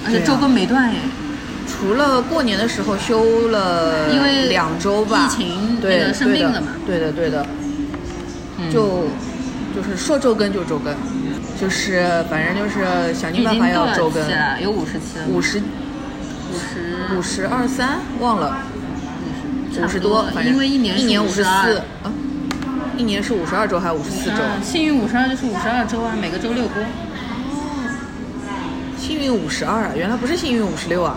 Speaker 3: 而且
Speaker 4: 对啊
Speaker 3: 周更没断耶。
Speaker 4: 除了过年的时候休了，
Speaker 3: 因为
Speaker 4: 两周吧，
Speaker 3: 疫情
Speaker 4: 对
Speaker 3: 那个生病
Speaker 4: 对的
Speaker 3: 了嘛
Speaker 4: 对的对的，
Speaker 3: 嗯
Speaker 4: 就就是说周更就周更，就是反正就是想尽
Speaker 3: 嗯已
Speaker 4: 办
Speaker 3: 经
Speaker 4: 法
Speaker 3: 多
Speaker 4: 要
Speaker 3: 少
Speaker 4: 周更
Speaker 3: 期，了？有五十期了吗，
Speaker 4: 五十
Speaker 3: 五十
Speaker 4: 五十二三忘了。
Speaker 3: 差
Speaker 4: 五
Speaker 3: 不
Speaker 4: 十多，反正
Speaker 3: 因为一年
Speaker 4: 一年五十
Speaker 3: 十
Speaker 4: 四啊，一年是五十二周还是五十四周？
Speaker 3: 啊幸运五十二就是五十二周啊，每个周六播。
Speaker 4: 幸运五十二，啊原来不是幸运五十六啊！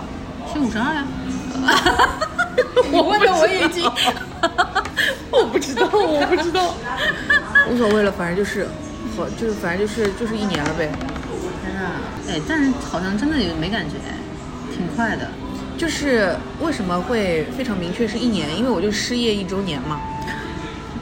Speaker 3: 幸运五十 二呀。我问的我 已经，我不知道，我不知道。
Speaker 4: 无所谓了，反正就是，好，就是反正就是就是一年了呗。
Speaker 3: 天呐，哎，但是好像真的也没感觉，挺快的。
Speaker 4: 就是为什么会非常明确是一年？因为我就失业一周年嘛，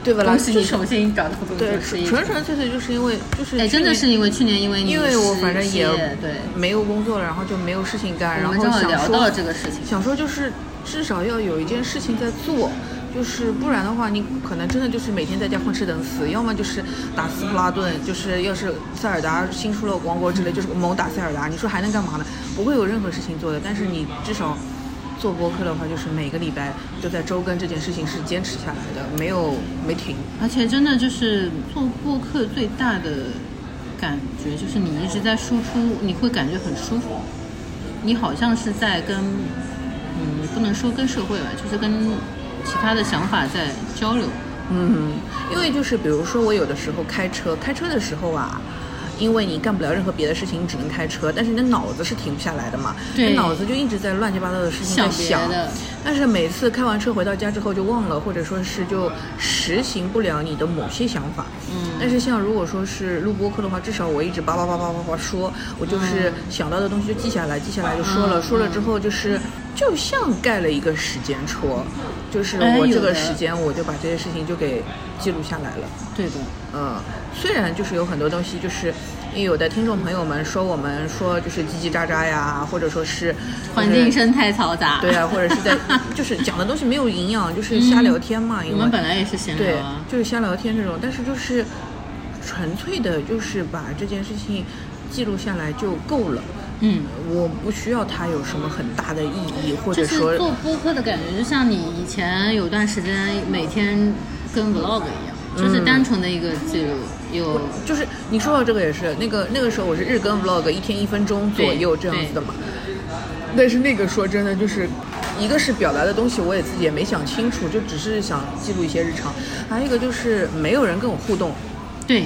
Speaker 4: 对吧？
Speaker 3: 恭喜
Speaker 4: 就
Speaker 3: 你
Speaker 4: 是
Speaker 3: 重新找到工作
Speaker 4: 对，
Speaker 3: 是一
Speaker 4: 纯纯粹粹就是因为就是
Speaker 3: 哎，真的
Speaker 4: 去
Speaker 3: 是因为去年因为你
Speaker 4: 因为我
Speaker 3: 失
Speaker 4: 反正
Speaker 3: 失
Speaker 4: 也
Speaker 3: 业嗯对，
Speaker 4: 没有工作了，然后就没有事情干，然
Speaker 3: 我
Speaker 4: 后
Speaker 3: 们正好
Speaker 4: 想
Speaker 3: 聊
Speaker 4: 说
Speaker 3: 到这个事情，
Speaker 4: 想说就是至少要有一件事情在做，就是不然的话，你可能真的就是每天在家混吃等死，要么就是打斯普拉顿，就是要是塞尔达新出了王国之类，就是猛打塞尔达，你说还能干嘛呢？不会有任何事情做的。但是你至少做播客的话，就是每个礼拜都在周更，这件事情是坚持下来的，没有没停。
Speaker 3: 而且真的就是做播客最大的感觉就是你一直在输出，你会感觉很舒服，你好像是在跟，嗯，不能说跟社会吧，就是跟其他的想法在交流。
Speaker 4: 嗯，因为就是比如说我有的时候开车，开车的时候啊，因为你干不了任何别的事情，你只能开车，但是你的脑子是停不下来的嘛，
Speaker 3: 对
Speaker 4: 你脑子就一直在乱七八糟的事情在
Speaker 3: 想别
Speaker 4: 想
Speaker 3: 的。
Speaker 4: 但是每次开完车回到家之后就忘了，或者说是就实行不了你的某些想法。
Speaker 3: 嗯
Speaker 4: 但是像如果说是录播课的话，至少我一直叭叭叭叭叭叭说，我就是想到的东西就记下来，记下来就说了，
Speaker 3: 嗯
Speaker 4: 说了之后就是就像盖了一个时间戳，就是
Speaker 3: 哎
Speaker 4: 我这
Speaker 3: 有
Speaker 4: 个
Speaker 3: 的
Speaker 4: 时间我就把这些事情就给记录下来了。
Speaker 3: 对的，
Speaker 4: 嗯，虽然就是有很多东西，就是因为有的听众朋友们说我们说就是叽叽喳喳呀，或者说是
Speaker 3: 环境生态嘈杂。
Speaker 4: 对啊，或者是在就是讲的东西没有营养，就是瞎聊天嘛。因
Speaker 3: 我
Speaker 4: 为
Speaker 3: 嗯们本来也是闲
Speaker 4: 对
Speaker 3: 聊啊，，
Speaker 4: 就是瞎聊天这种，但是就是纯粹的，就是把这件事情记录下来就够了。
Speaker 3: 嗯。
Speaker 4: 我不需要它有什么很大的意义，或
Speaker 3: 就
Speaker 4: 者
Speaker 3: 是
Speaker 4: 说
Speaker 3: 做播客的感觉，就像你以前有段时间每天跟 vlog 一样，
Speaker 4: 嗯
Speaker 3: 就是单纯的一个记录，有
Speaker 4: 就是你说到这个也是，那个那个时候我是日更 vlog，一天一分钟左右这样子的嘛。但是那个说真的，就是一个是表达的东西，我也自己也没想清楚，就只是想记录一些日常；还有一个就是没有人跟我互动。
Speaker 3: 对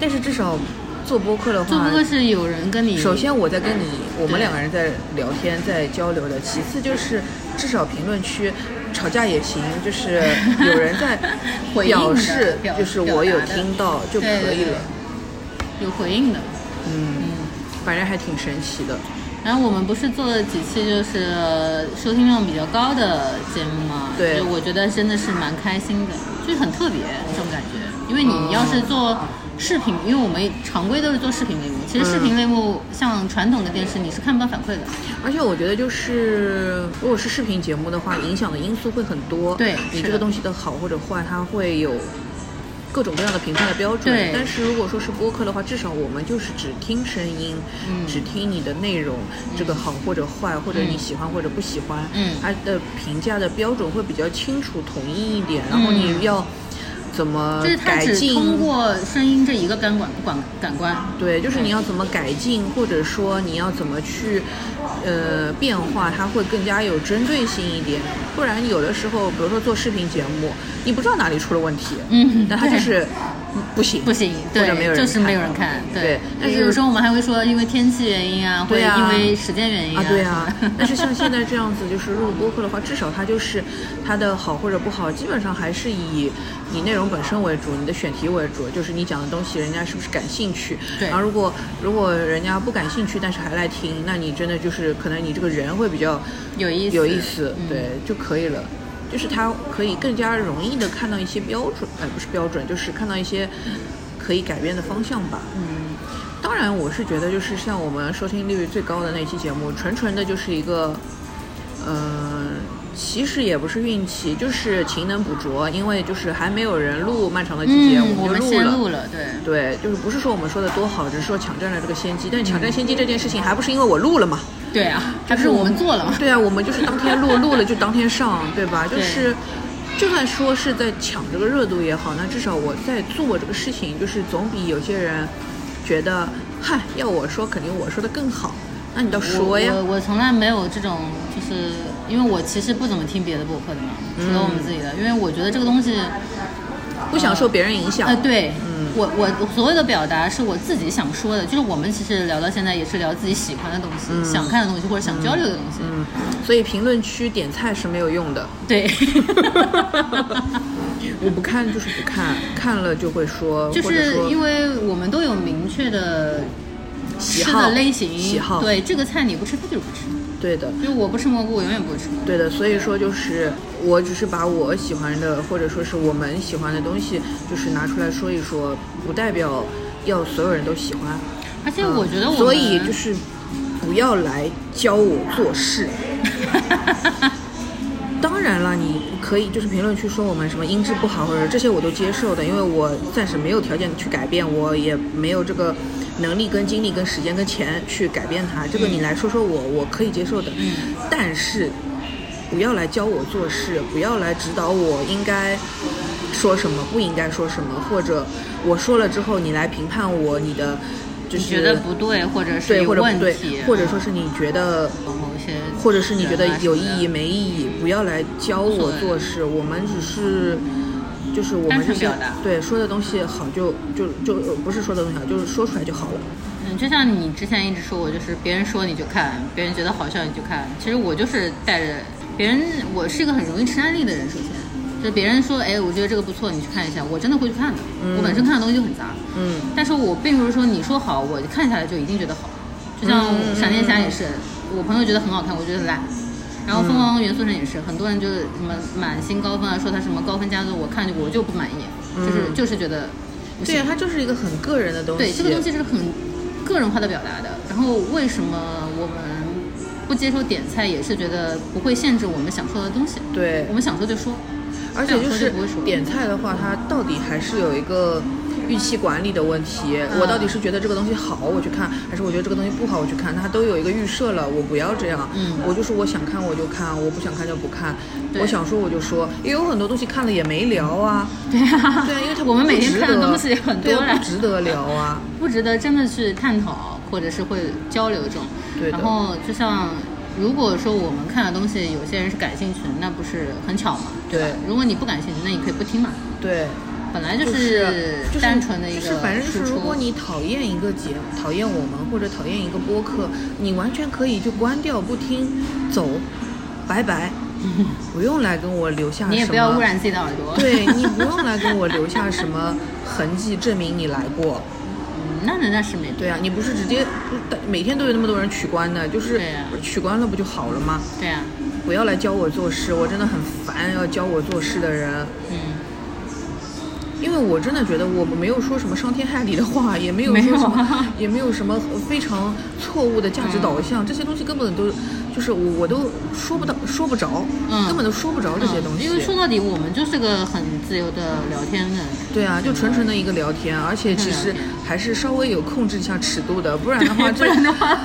Speaker 4: 但是至少做播客的话，
Speaker 3: 做播客是有人跟你
Speaker 4: 啊首先我在跟你，我们两个人在聊天，在交流的。其次就是至少评论区吵架也行，就是有人在
Speaker 3: 回应的
Speaker 4: 表示
Speaker 3: 表，
Speaker 4: 就是我有
Speaker 3: 表达的
Speaker 4: 听到就可以了。
Speaker 3: 对对对有回应的。
Speaker 4: 嗯，反正还挺神奇的。
Speaker 3: 然后我们不是做了几期就是收听量比较高的节目嘛？
Speaker 4: 对
Speaker 3: 就我觉得真的是蛮开心的，就是很特别这种感觉。因为你要是做视频，因为我们常规都是做视频类目，其实视频类目像传统的电视你是看不到反馈的。
Speaker 4: 而且我觉得，就是如果是视频节目的话，影响的因素会很多。
Speaker 3: 对
Speaker 4: 你
Speaker 3: 是
Speaker 4: 这个
Speaker 3: 的
Speaker 4: 东西的好或者坏，它会有各种各样的评判的标准。
Speaker 3: 对
Speaker 4: 但是如果说是播客的话，至少我们就是只听声音，
Speaker 3: 嗯
Speaker 4: 只听你的内容，这个好或者坏，或者你喜欢或者不喜欢，
Speaker 3: 嗯
Speaker 4: 它的评价的标准会比较清楚、统一一点。然后你要怎么
Speaker 3: 嗯就是它
Speaker 4: 呃改
Speaker 3: 只
Speaker 4: 进？
Speaker 3: 通过声音这一个感管管感官，
Speaker 4: 对，就是你要怎么改进，或者说你要怎么去，呃，变化，它会更加有针对性一点。不然有的时候，比如说做视频节目，你不知道哪里出了问题，
Speaker 3: 嗯
Speaker 4: 但它就是不行，
Speaker 3: 不行，
Speaker 4: 或者
Speaker 3: 对
Speaker 4: 没有，人
Speaker 3: 就是没有人
Speaker 4: 看
Speaker 3: 看，
Speaker 4: 对但是
Speaker 3: 有时候我们还会说因为天气原因啊，或
Speaker 4: 对
Speaker 3: 者
Speaker 4: 啊
Speaker 3: 因为时间原因
Speaker 4: 啊，对啊
Speaker 3: 什么。的
Speaker 4: 但是像现在这样子，就是录播客的话，至少它就是它的好或者不好，基本上还是以你内容本身为主，你的选题为主，就是你讲的东西，人家是不是感兴趣。
Speaker 3: 对
Speaker 4: 然后如果如果人家不感兴趣，但是还来听，那你真的就是可能你这个人会比较
Speaker 3: 有意思，
Speaker 4: 有意思，
Speaker 3: 嗯
Speaker 4: 对就可以了。就是它可以更加容易的看到一些标准，呃，不是标准，就是看到一些可以改变的方向吧。
Speaker 3: 嗯，
Speaker 4: 当然，我是觉得就是像我们收听率最高的那期节目，纯纯的就是一个，呃，其实也不是运气，就是勤能补拙，因为就是还没有人录漫长的季节，
Speaker 3: 嗯，我
Speaker 4: 们
Speaker 3: 们
Speaker 4: 就
Speaker 3: 先
Speaker 4: 了。
Speaker 3: 录了，对，
Speaker 4: 对，就是不是说我们说的多好，只是说抢占了这个先机。但抢占先机这件事情，还不是因为我录了嘛？
Speaker 3: 对啊， 还不是我们做了嘛，
Speaker 4: 对啊，我们就是当 天录，录了就当天上，对吧？就
Speaker 3: 对
Speaker 4: 是，就算说是在抢这个热度也好，那至少我在做这个事情，就是总比有些人觉得，嗨，要我说肯定我说的更好，那你倒说呀
Speaker 3: 我。我我从来没有这种，就是因为我其实不怎么听别的播客的嘛，除了我们自己的，
Speaker 4: 嗯
Speaker 3: 因为我觉得这个东西，
Speaker 4: 不想受别人影响
Speaker 3: 呃，，对，
Speaker 4: 嗯
Speaker 3: 我我所有的表达是我自己想说的，就是我们其实聊到现在也是聊自己喜欢的东西、想看的东西或者想交流的东西，
Speaker 4: 嗯，所以评论区点菜是没有用的。
Speaker 3: 对。
Speaker 4: 我不看就是不看，看了就会说，
Speaker 3: 就
Speaker 4: 或者
Speaker 3: 是
Speaker 4: 说
Speaker 3: 因为我们都有明确的
Speaker 4: 喜
Speaker 3: 吃
Speaker 4: 好
Speaker 3: 的类型，
Speaker 4: 喜好
Speaker 3: 对这个菜你不吃，它就是不吃。
Speaker 4: 对的。
Speaker 3: 就是我不吃蘑菇，我永远不会吃蘑菇。
Speaker 4: 对的，所以说就是我只是把我喜欢的或者说是我们喜欢的东西，就是拿出来说一说，不代表要所有人都喜欢。
Speaker 3: 而且我觉得我们、
Speaker 4: 嗯所以就是不要来教我做事，当然了，你可以就是评论区说我们什么音质不好或者这些我都接受的，因为我暂时没有条件去改变，我也没有这个能力、跟精力、跟时间、跟钱去改变它。这个你来说说我，我可以接受的。
Speaker 3: 嗯，
Speaker 4: 但是不要来教我做事，不要来指导我应该说什么，不应该说什么，或者我说了之后你来评判我，你的就
Speaker 3: 你
Speaker 4: 是
Speaker 3: 觉得不对，或者是
Speaker 4: 对
Speaker 3: 有
Speaker 4: 或者
Speaker 3: 问
Speaker 4: 不对
Speaker 3: 题，，啊
Speaker 4: 或者说是你觉得
Speaker 3: 某一些，啊
Speaker 4: 或者是你觉得有意义
Speaker 3: 没？
Speaker 4: 没意义，不要来教我做事，我们只是。就是我
Speaker 3: 单
Speaker 4: 们
Speaker 3: 纯
Speaker 4: 这些
Speaker 3: 表达
Speaker 4: 对说的东西好就就就呃不是说的东西好，就是说出来就好了。
Speaker 3: 嗯，就像你之前一直说我，就是别人说你就看，别人觉得好笑你就看。其实我就是带着别人，我是一个很容易吃安利的人。首先，就是别人说，哎，我觉得这个不错，你去看一下，我真的会去看的。我本身看的东西就很杂，
Speaker 4: 嗯，
Speaker 3: 但是我并不是说你说好，我看下来就一定觉得好。就像
Speaker 4: 嗯
Speaker 3: 闪电侠也是，我朋友觉得很好看，我觉得烂。然后疯狂元素城也是，很多人就是什么满星高分啊，说他什么高分佳作，我看着我就不满意，就是就是觉得不行
Speaker 4: 嗯对，啊它就是一个很个人的东西。
Speaker 3: 对，这个东西是很个人化的表达的。然后为什么我们不接受点菜，也是觉得不会限制我们想说的东西，
Speaker 4: 对
Speaker 3: 我们想说就说。
Speaker 4: 而且就
Speaker 3: 这
Speaker 4: 是
Speaker 3: 哎样说就不会说
Speaker 4: 点菜的话，它到底还是有一个预期管理的问题。我到底
Speaker 3: 嗯
Speaker 4: 是觉得这个东西好，我去看，还是我觉得这个东西不好，我去看，它都有一个预设了。我不要这样，
Speaker 3: 嗯
Speaker 4: 我就是我想看我就看，我不想看就不看，
Speaker 3: 对
Speaker 4: 我想说我就说，也有很多东西看了也没聊啊。
Speaker 3: 对啊，
Speaker 4: 对啊，因为它
Speaker 3: 我们每天
Speaker 4: 不值
Speaker 3: 看的
Speaker 4: 得
Speaker 3: 东西很多
Speaker 4: 对啊
Speaker 3: 了
Speaker 4: 不，值得 聊啊。
Speaker 3: 不值得真的去探讨或者是会交流这种。
Speaker 4: 对的
Speaker 3: 然后就像如果说我们看的东西，有些人是感兴趣的，那不是很巧嘛？
Speaker 4: 对
Speaker 3: 如果你不感兴趣，那你可以不听嘛。
Speaker 4: 对，
Speaker 3: 本来就
Speaker 4: 就是就是
Speaker 3: 单纯的一个
Speaker 4: 就是反正就是，
Speaker 3: 输出
Speaker 4: 如果你讨厌一个节，讨厌我们或者讨厌一个播客，你完全可以就关掉不听，走，拜拜，不用来跟我留下什么。
Speaker 3: 你也不要污。染自己的耳朵。
Speaker 4: 对你不用来跟我留下什么痕迹证明你来过。
Speaker 3: 嗯那那那是没
Speaker 4: 对啊，你不是直接不每天都有那么多人取关的，就是
Speaker 3: 对啊
Speaker 4: 取关了不就好了吗？
Speaker 3: 对啊，
Speaker 4: 不要来教我做事，我真的很烦要教我做事的人。
Speaker 3: 嗯。
Speaker 4: 因为我真的觉得我们没有说什么伤天害理的话，也没有
Speaker 3: 没
Speaker 4: 说
Speaker 3: 有
Speaker 4: 什么，
Speaker 3: 啊
Speaker 4: 也没有什么非常错误的价值导向，这些东西根本都就是我我都说不到说不着，
Speaker 3: 嗯
Speaker 4: 根本都说不着这些东
Speaker 3: 嗯
Speaker 4: 西。
Speaker 3: 因为说到底，我们就是个很自由的聊天的。
Speaker 4: 对啊，就纯纯的一个聊天，而且其
Speaker 3: 聊
Speaker 4: 实
Speaker 3: 天
Speaker 4: 还是稍微有控制一下尺度的，不然的话，
Speaker 3: 不然的话，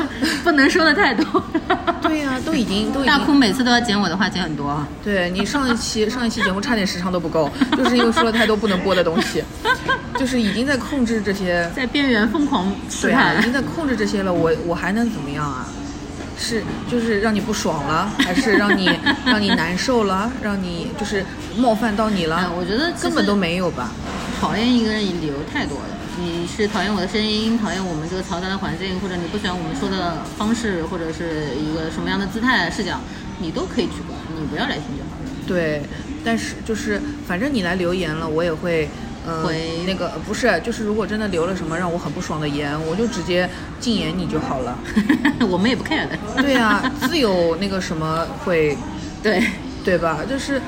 Speaker 3: 不能说的太多。
Speaker 4: 对呀、都已经都已
Speaker 3: 大哭
Speaker 4: 经，
Speaker 3: 每次都要剪我的话，剪很多啊。
Speaker 4: 对你上一期上一期节目差点时长都不够，就是因为说了太多不能播的东西，就是已经在控制这些
Speaker 3: 在边缘疯狂试
Speaker 4: 对啊，已经
Speaker 3: 探。
Speaker 4: 在控制这些了，我我还能怎么样啊？是就是让你不爽 了，还是让你让你难受了，让你就是冒犯到你
Speaker 3: 哎
Speaker 4: 了？
Speaker 3: 我觉得其实
Speaker 4: 根本都没有吧？
Speaker 3: 讨厌一个人，你理由太多了。你是讨厌我的声音，讨厌我们这个嘈杂的环境，或者你不喜欢我们说的方式，或者是一个什么样的姿态视角，你都可以取关，你不要来听就 好了。
Speaker 4: 对，但是就是反正你来留言了，我也会。嗯
Speaker 3: 回，
Speaker 4: 那个不是，就是如果真的留了什么让我很不爽的言，我就直接禁言你就好 了。
Speaker 3: 我们也不 care 的。
Speaker 4: 对啊，自有那个什么会
Speaker 3: 对。
Speaker 4: 对吧？就是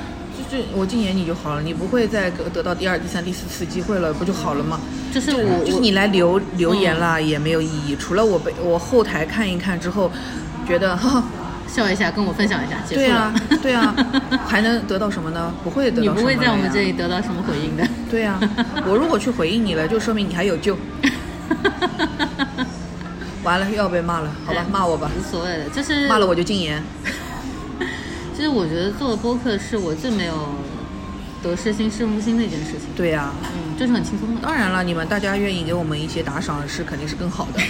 Speaker 4: 就是我禁言你就好了，你不会再得到第二、第三、第四次机会了，不就好了吗？
Speaker 3: 就是我，
Speaker 4: 啊
Speaker 3: 嗯
Speaker 4: 就是你来留留言啦，也没有意义。除了我被我后台看一看之后，觉得哈，
Speaker 3: 笑一下，跟我分享一下，结束
Speaker 4: 对啊
Speaker 3: 了
Speaker 4: 对啊， 还能得到什么呢？不会 得
Speaker 3: 你
Speaker 4: 到什么
Speaker 3: 不会在我们
Speaker 4: 了呀
Speaker 3: 这里。得到什么回应的。
Speaker 4: 对啊，我如果去回应你了，就说明你还有救。完了又要被骂了，好吧，骂我吧，
Speaker 3: 无所谓的，就是
Speaker 4: 骂了我就禁言。
Speaker 3: 其实我觉得做播客是我最没有得失心、失慕心的一件事情。
Speaker 4: 对呀、啊，
Speaker 3: 嗯，就是很轻松的。
Speaker 4: 当然了，你们大家愿意给我们一些打赏是肯定是更好的。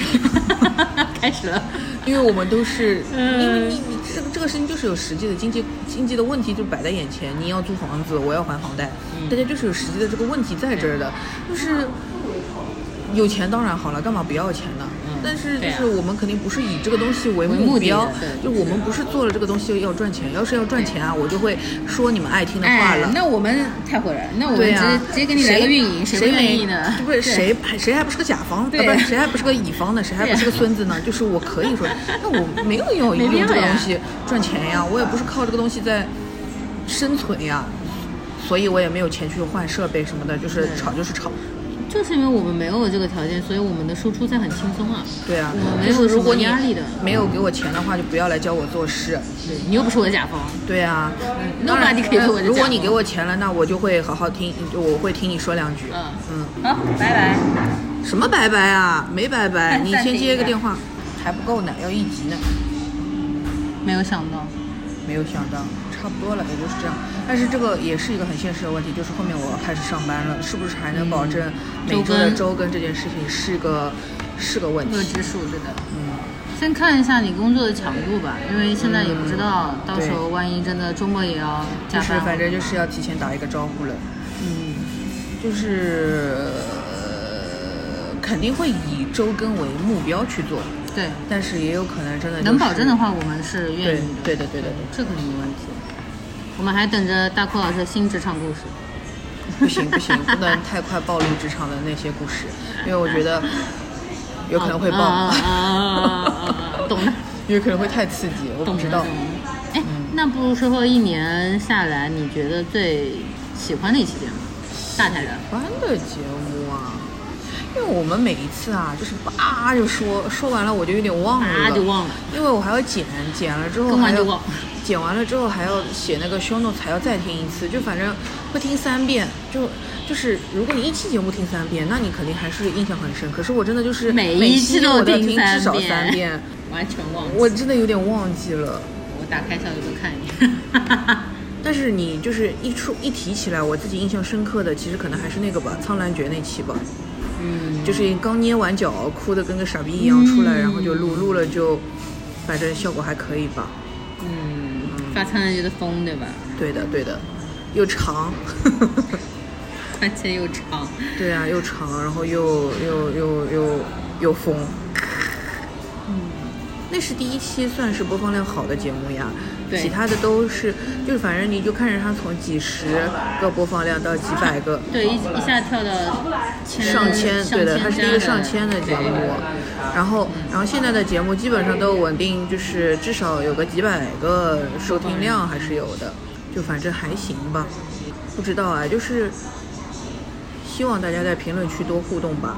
Speaker 3: 开始了，
Speaker 4: 因为我们都是，
Speaker 3: 嗯
Speaker 4: 因为你你这个这个事情就是有实际的经济经济的问题就摆在眼前，你要租房子，我要还房贷，
Speaker 3: 嗯
Speaker 4: 大家就是有实际的这个问题在这儿的，就是有钱当然好了，干嘛不要钱呢？
Speaker 3: 嗯
Speaker 4: 但是就
Speaker 3: 对啊
Speaker 4: 是我们肯定不是以这个东西为
Speaker 3: 为目的
Speaker 4: 标
Speaker 3: 的，对
Speaker 4: 就我们不是做了这个东西要赚钱，要是要赚钱啊，我就会说你们爱听的话
Speaker 3: 哎
Speaker 4: 了，。
Speaker 3: 那我们太会了，那我们
Speaker 4: 对
Speaker 3: 直
Speaker 4: 呀、
Speaker 3: 接直接给你来个运营，
Speaker 4: 谁
Speaker 3: 不啊愿意 呢
Speaker 4: 谁？不是
Speaker 3: 对
Speaker 4: 谁还谁还不是个甲方，
Speaker 3: 对啊
Speaker 4: 啊不是谁还不是个乙方呢？谁还不是个孙 子呢？就是我可以说，那我没有要
Speaker 3: 没
Speaker 4: 用
Speaker 3: 必要
Speaker 4: 这个
Speaker 3: 呀
Speaker 4: 东西赚钱呀，我也不是靠这个东西在生存呀，所以我也没有钱去换设备什么的，就是
Speaker 3: 对
Speaker 4: 炒就是炒。
Speaker 3: 就是因为我们没有这个条件，所以我们的输出才很轻松啊。
Speaker 4: 对啊，
Speaker 3: 我没有
Speaker 4: 就是如果
Speaker 3: 什么
Speaker 4: 你
Speaker 3: 压力的嗯
Speaker 4: 没有给我钱的话，就不要来教我做事。
Speaker 3: 对你又不是我的甲方，
Speaker 4: 对啊，
Speaker 3: Nobody
Speaker 4: 当然
Speaker 3: 可以做我的
Speaker 4: 如
Speaker 3: 甲
Speaker 4: 果
Speaker 3: 方
Speaker 4: 你给我钱了，那我就会好好听，我会听你说两句。
Speaker 3: 嗯
Speaker 4: 嗯，
Speaker 3: 好，拜拜。
Speaker 4: 什么拜拜啊？没拜拜，
Speaker 3: 暂
Speaker 4: 你
Speaker 3: 暂
Speaker 4: 先
Speaker 3: 停
Speaker 4: 接
Speaker 3: 一
Speaker 4: 个
Speaker 3: 下
Speaker 4: 电话，还不够呢，要一集呢。
Speaker 3: 没有想到，
Speaker 4: 没有想到，差不多了，也就是这样。但是这个也是一个很现实的问题，就是后面我要开始上班了，是不是还能保证每周的周更这件事情是个是个问
Speaker 3: 未
Speaker 4: 题？
Speaker 3: 知数对的。
Speaker 4: 嗯，
Speaker 3: 先看一下你工作的强度吧，因为现在也不知道，到时候万一真的周末也要加
Speaker 4: 就是
Speaker 3: 班，
Speaker 4: 反正就是要提前打一个招呼了，
Speaker 3: 嗯，
Speaker 4: 就是、呃、肯定会以周更为目标去做，
Speaker 3: 对，
Speaker 4: 但是也有可能真的、
Speaker 3: 能保证的，话，我们是
Speaker 4: 对
Speaker 3: 愿意的。
Speaker 4: 对的对的对的，
Speaker 3: 这肯定没问题。我们还等着大阔老师的新职场故事。
Speaker 4: 不行不行，不能太快暴露职场的那些故事，因为我觉得有可能会爆。
Speaker 3: 啊啊啊啊啊懂的，
Speaker 4: 有可能会太刺激，我不
Speaker 3: 懂的
Speaker 4: 知道嗯
Speaker 3: 懂。的哎，那不如说后一年下来，你觉得最喜欢的一期节目？大台的，
Speaker 4: 玩的节目啊，因为我们每一次啊，就是叭就说，说完了我就有点忘了，
Speaker 3: 啊就忘了。
Speaker 4: 因为我还要剪，剪了之后
Speaker 3: 更
Speaker 4: 还
Speaker 3: 换就
Speaker 4: 要
Speaker 3: 忘，
Speaker 4: 剪完了之后还要写那个 show notes，还要再听一次，就反正会听三遍。就就是如果你一期节目听三遍，那你肯定还是印象很深。可是我真的就是
Speaker 3: 每一
Speaker 4: 一
Speaker 3: 期
Speaker 4: 期
Speaker 3: 都
Speaker 4: 我都要
Speaker 3: 听
Speaker 4: 听
Speaker 3: 三
Speaker 4: 至少
Speaker 3: 遍
Speaker 4: 三遍，
Speaker 3: 完全忘了。
Speaker 4: 我真的有点忘记了。
Speaker 3: 我打开小宇宙看一 眼。
Speaker 4: 但是你就是一出一提起来，我自己印象深刻的，其实可能还是那个吧，《苍兰诀》那期吧，
Speaker 3: 嗯，
Speaker 4: 就是刚捏完脚，哭的跟个傻逼一样出来，
Speaker 3: 嗯
Speaker 4: 然后就录，录了就，反正效果还可以吧。
Speaker 3: 嗯，发苍兰诀的风对吧？
Speaker 4: 对的，对的，又长，
Speaker 3: 而且又长，
Speaker 4: 对啊，又长，然后又又又又又疯。
Speaker 3: 嗯
Speaker 4: 那是第一期，算是播放量好的节目呀。
Speaker 3: 对
Speaker 4: 其他的都是，就是反正你就看着它从几十个播放量到几百个，
Speaker 3: 对，一一下跳到千
Speaker 4: 上千，对的，它是一个
Speaker 3: 嗯加
Speaker 4: 上千的节目
Speaker 3: 对。
Speaker 4: 然后，然后现在的节目基本上都稳定，就是至少有个几百个收听量还是有的，就反正还行吧。不知道啊，就是希望大家在评论区多互动吧，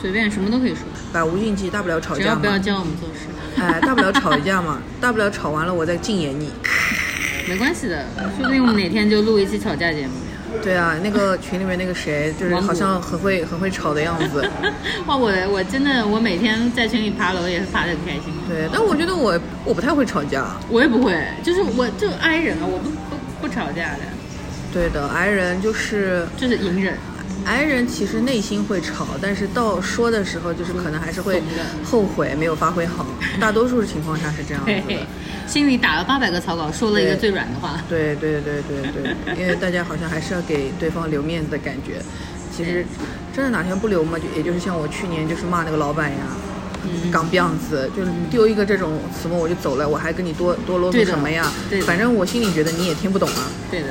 Speaker 3: 随便什么都可以说，
Speaker 4: 百无禁忌，大不了吵
Speaker 3: 只要
Speaker 4: 架
Speaker 3: 不要
Speaker 4: 嘛，
Speaker 3: 教我们做事。
Speaker 4: 哎，大不了吵一架嘛，大不了吵完了我再禁言你。
Speaker 3: 没关系的，说不定我们哪天就录一期吵架节目。
Speaker 4: 对啊，那个群里面那个谁，就是
Speaker 3: 王
Speaker 4: 好
Speaker 3: 璐
Speaker 4: 像很会很会吵的样子。
Speaker 3: 哇，我我真的我每天在群里爬楼也是爬得很开心。
Speaker 4: 对，但我觉得我我不太会吵架。
Speaker 3: 我也不会，就是我就 I 人啊，我不不不吵架的，
Speaker 4: 对的，I 人就是
Speaker 3: 就是隐忍。
Speaker 4: i 人其实内心会吵，但是到说的时候，就是可能还是会
Speaker 3: 懂的
Speaker 4: 后悔没有发挥好，大多数情况下是这 样子
Speaker 3: 嘿
Speaker 4: 的。
Speaker 3: 嘿，心里打了八百个草稿，说了一个
Speaker 4: 对
Speaker 3: 最软的话。
Speaker 4: 对对对对对，因为大家好像还是要给对方留面子的感觉。其实真的哪天不留嘛，就也就是像我去年就是骂那个老板呀，港辫子，就是丢一个这种词嘛我就走了，我还跟你多多啰
Speaker 3: 对
Speaker 4: 嗦
Speaker 3: 的
Speaker 4: 什么呀
Speaker 3: 对的？
Speaker 4: 反正我心里觉得你也听不懂啊。
Speaker 3: 对的。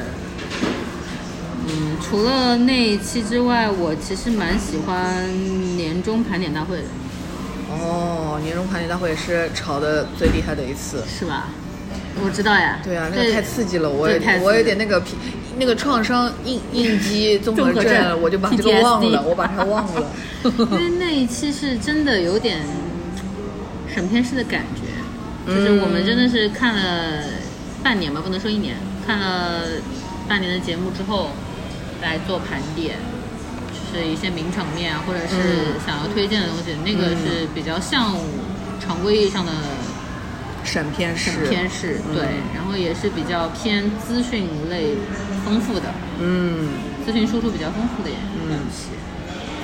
Speaker 3: 嗯，除了那一期之外，我其实蛮喜欢年终盘点大会的，
Speaker 4: 哦，年终盘点大会也是吵得最厉害的一次。
Speaker 3: 是吧？我知道呀。
Speaker 4: 对啊，那个太刺激了，我
Speaker 3: 对
Speaker 4: 有
Speaker 3: 太刺激
Speaker 4: 我有点那个皮，那个创伤应应激综合
Speaker 3: 综合症
Speaker 4: 我就把这个忘
Speaker 3: PTSD
Speaker 4: 了，我把它忘了。
Speaker 3: 因为那一期是真的有点审片式的感觉，
Speaker 4: 嗯
Speaker 3: 就是我们真的是看了半年吧，不能说一年，看了半年的节目之后来做盘点，就是一些名场面啊，或者是
Speaker 4: 嗯
Speaker 3: 想要推荐的东西，那个是比较像常规意义上的
Speaker 4: 审片是，
Speaker 3: 审片式，
Speaker 4: 嗯
Speaker 3: 对，然后也是比较偏资讯类丰富的，
Speaker 4: 嗯
Speaker 3: 资讯输出比较丰富的人。
Speaker 4: 嗯，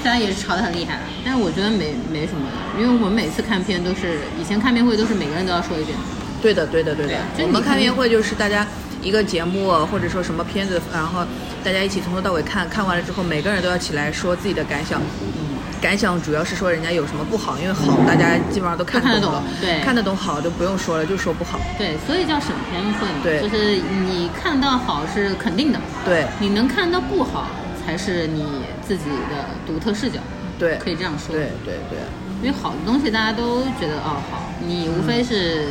Speaker 3: 虽然也是吵得很厉害，但是我觉得没没什么，因为我们每次看片都是，以前看片会都是每个人都要说一遍，
Speaker 4: 对的对的对的
Speaker 3: 对啊就。是
Speaker 4: 我
Speaker 3: 你
Speaker 4: 们
Speaker 3: 看
Speaker 4: 看片会就是大家一个节目啊或者说什么片子，然后大家一起从头到尾看，看完了之后每个人都要起来说自己的感想。嗯感想主要是说人家有什么不好，因为好大家基本上都看
Speaker 3: 都看得
Speaker 4: 懂了
Speaker 3: 懂，对
Speaker 4: 看得懂好就不用说了，就说不好。
Speaker 3: 对，所以叫审片会嘛，
Speaker 4: 对
Speaker 3: 就是你看到好是肯定的，
Speaker 4: 对
Speaker 3: 你能看到不好才是你自己的独特视角，
Speaker 4: 对，
Speaker 3: 可以这样说，
Speaker 4: 对对对，
Speaker 3: 因为好的东西大家都觉得哦好，你无非是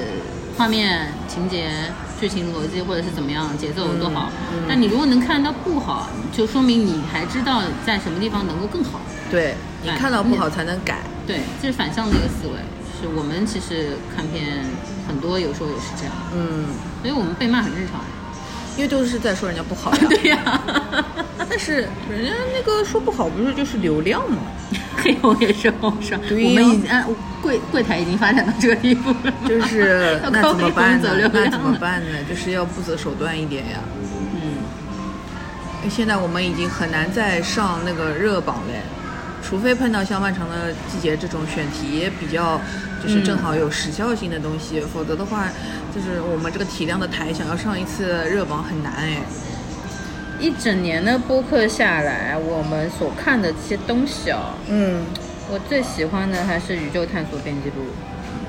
Speaker 3: 画面、情节、剧剧情逻辑或者是怎么样节奏都好，
Speaker 4: 嗯
Speaker 3: 但你如果能看到不好，就说明你还知道在什么地方能够更好。
Speaker 4: 对你
Speaker 3: 哎
Speaker 4: 看到不
Speaker 3: 你
Speaker 4: 好才能改。
Speaker 3: 对，这是反向的一个思维。是我们其实看片很多，有时候也是这样，
Speaker 4: 嗯，
Speaker 3: 所以我们被骂很正常。
Speaker 4: 因为都是在说人家不好呀。
Speaker 3: 呀、
Speaker 4: 但是人家那个说不好不是就是流量 吗？
Speaker 3: 黑红也是红烧，我
Speaker 4: 对
Speaker 3: 们
Speaker 4: 呀
Speaker 3: 已经按柜柜台已经发展到这个地步了，
Speaker 4: 就是
Speaker 3: 要
Speaker 4: 那
Speaker 3: 靠
Speaker 4: 怎么
Speaker 3: 黑红
Speaker 4: 办
Speaker 3: 走
Speaker 4: 呢
Speaker 3: 流？
Speaker 4: 那
Speaker 3: 量
Speaker 4: 怎么
Speaker 3: 了？
Speaker 4: 办呢？就是要不择手段一点呀。
Speaker 3: 嗯，
Speaker 4: 因为现在我们已经很难再上那个热榜嘞，除非碰到像《漫长的季节》这种选题比较，
Speaker 3: 嗯
Speaker 4: 就是正好有时效性的东西，否则的话，就是我们这个体量的台想要上一次热榜很难哎。
Speaker 3: 一整年的播客下来，我们所看的这些东西哦，
Speaker 4: 嗯，
Speaker 3: 我最喜欢的还是《宇宙探索编辑部》。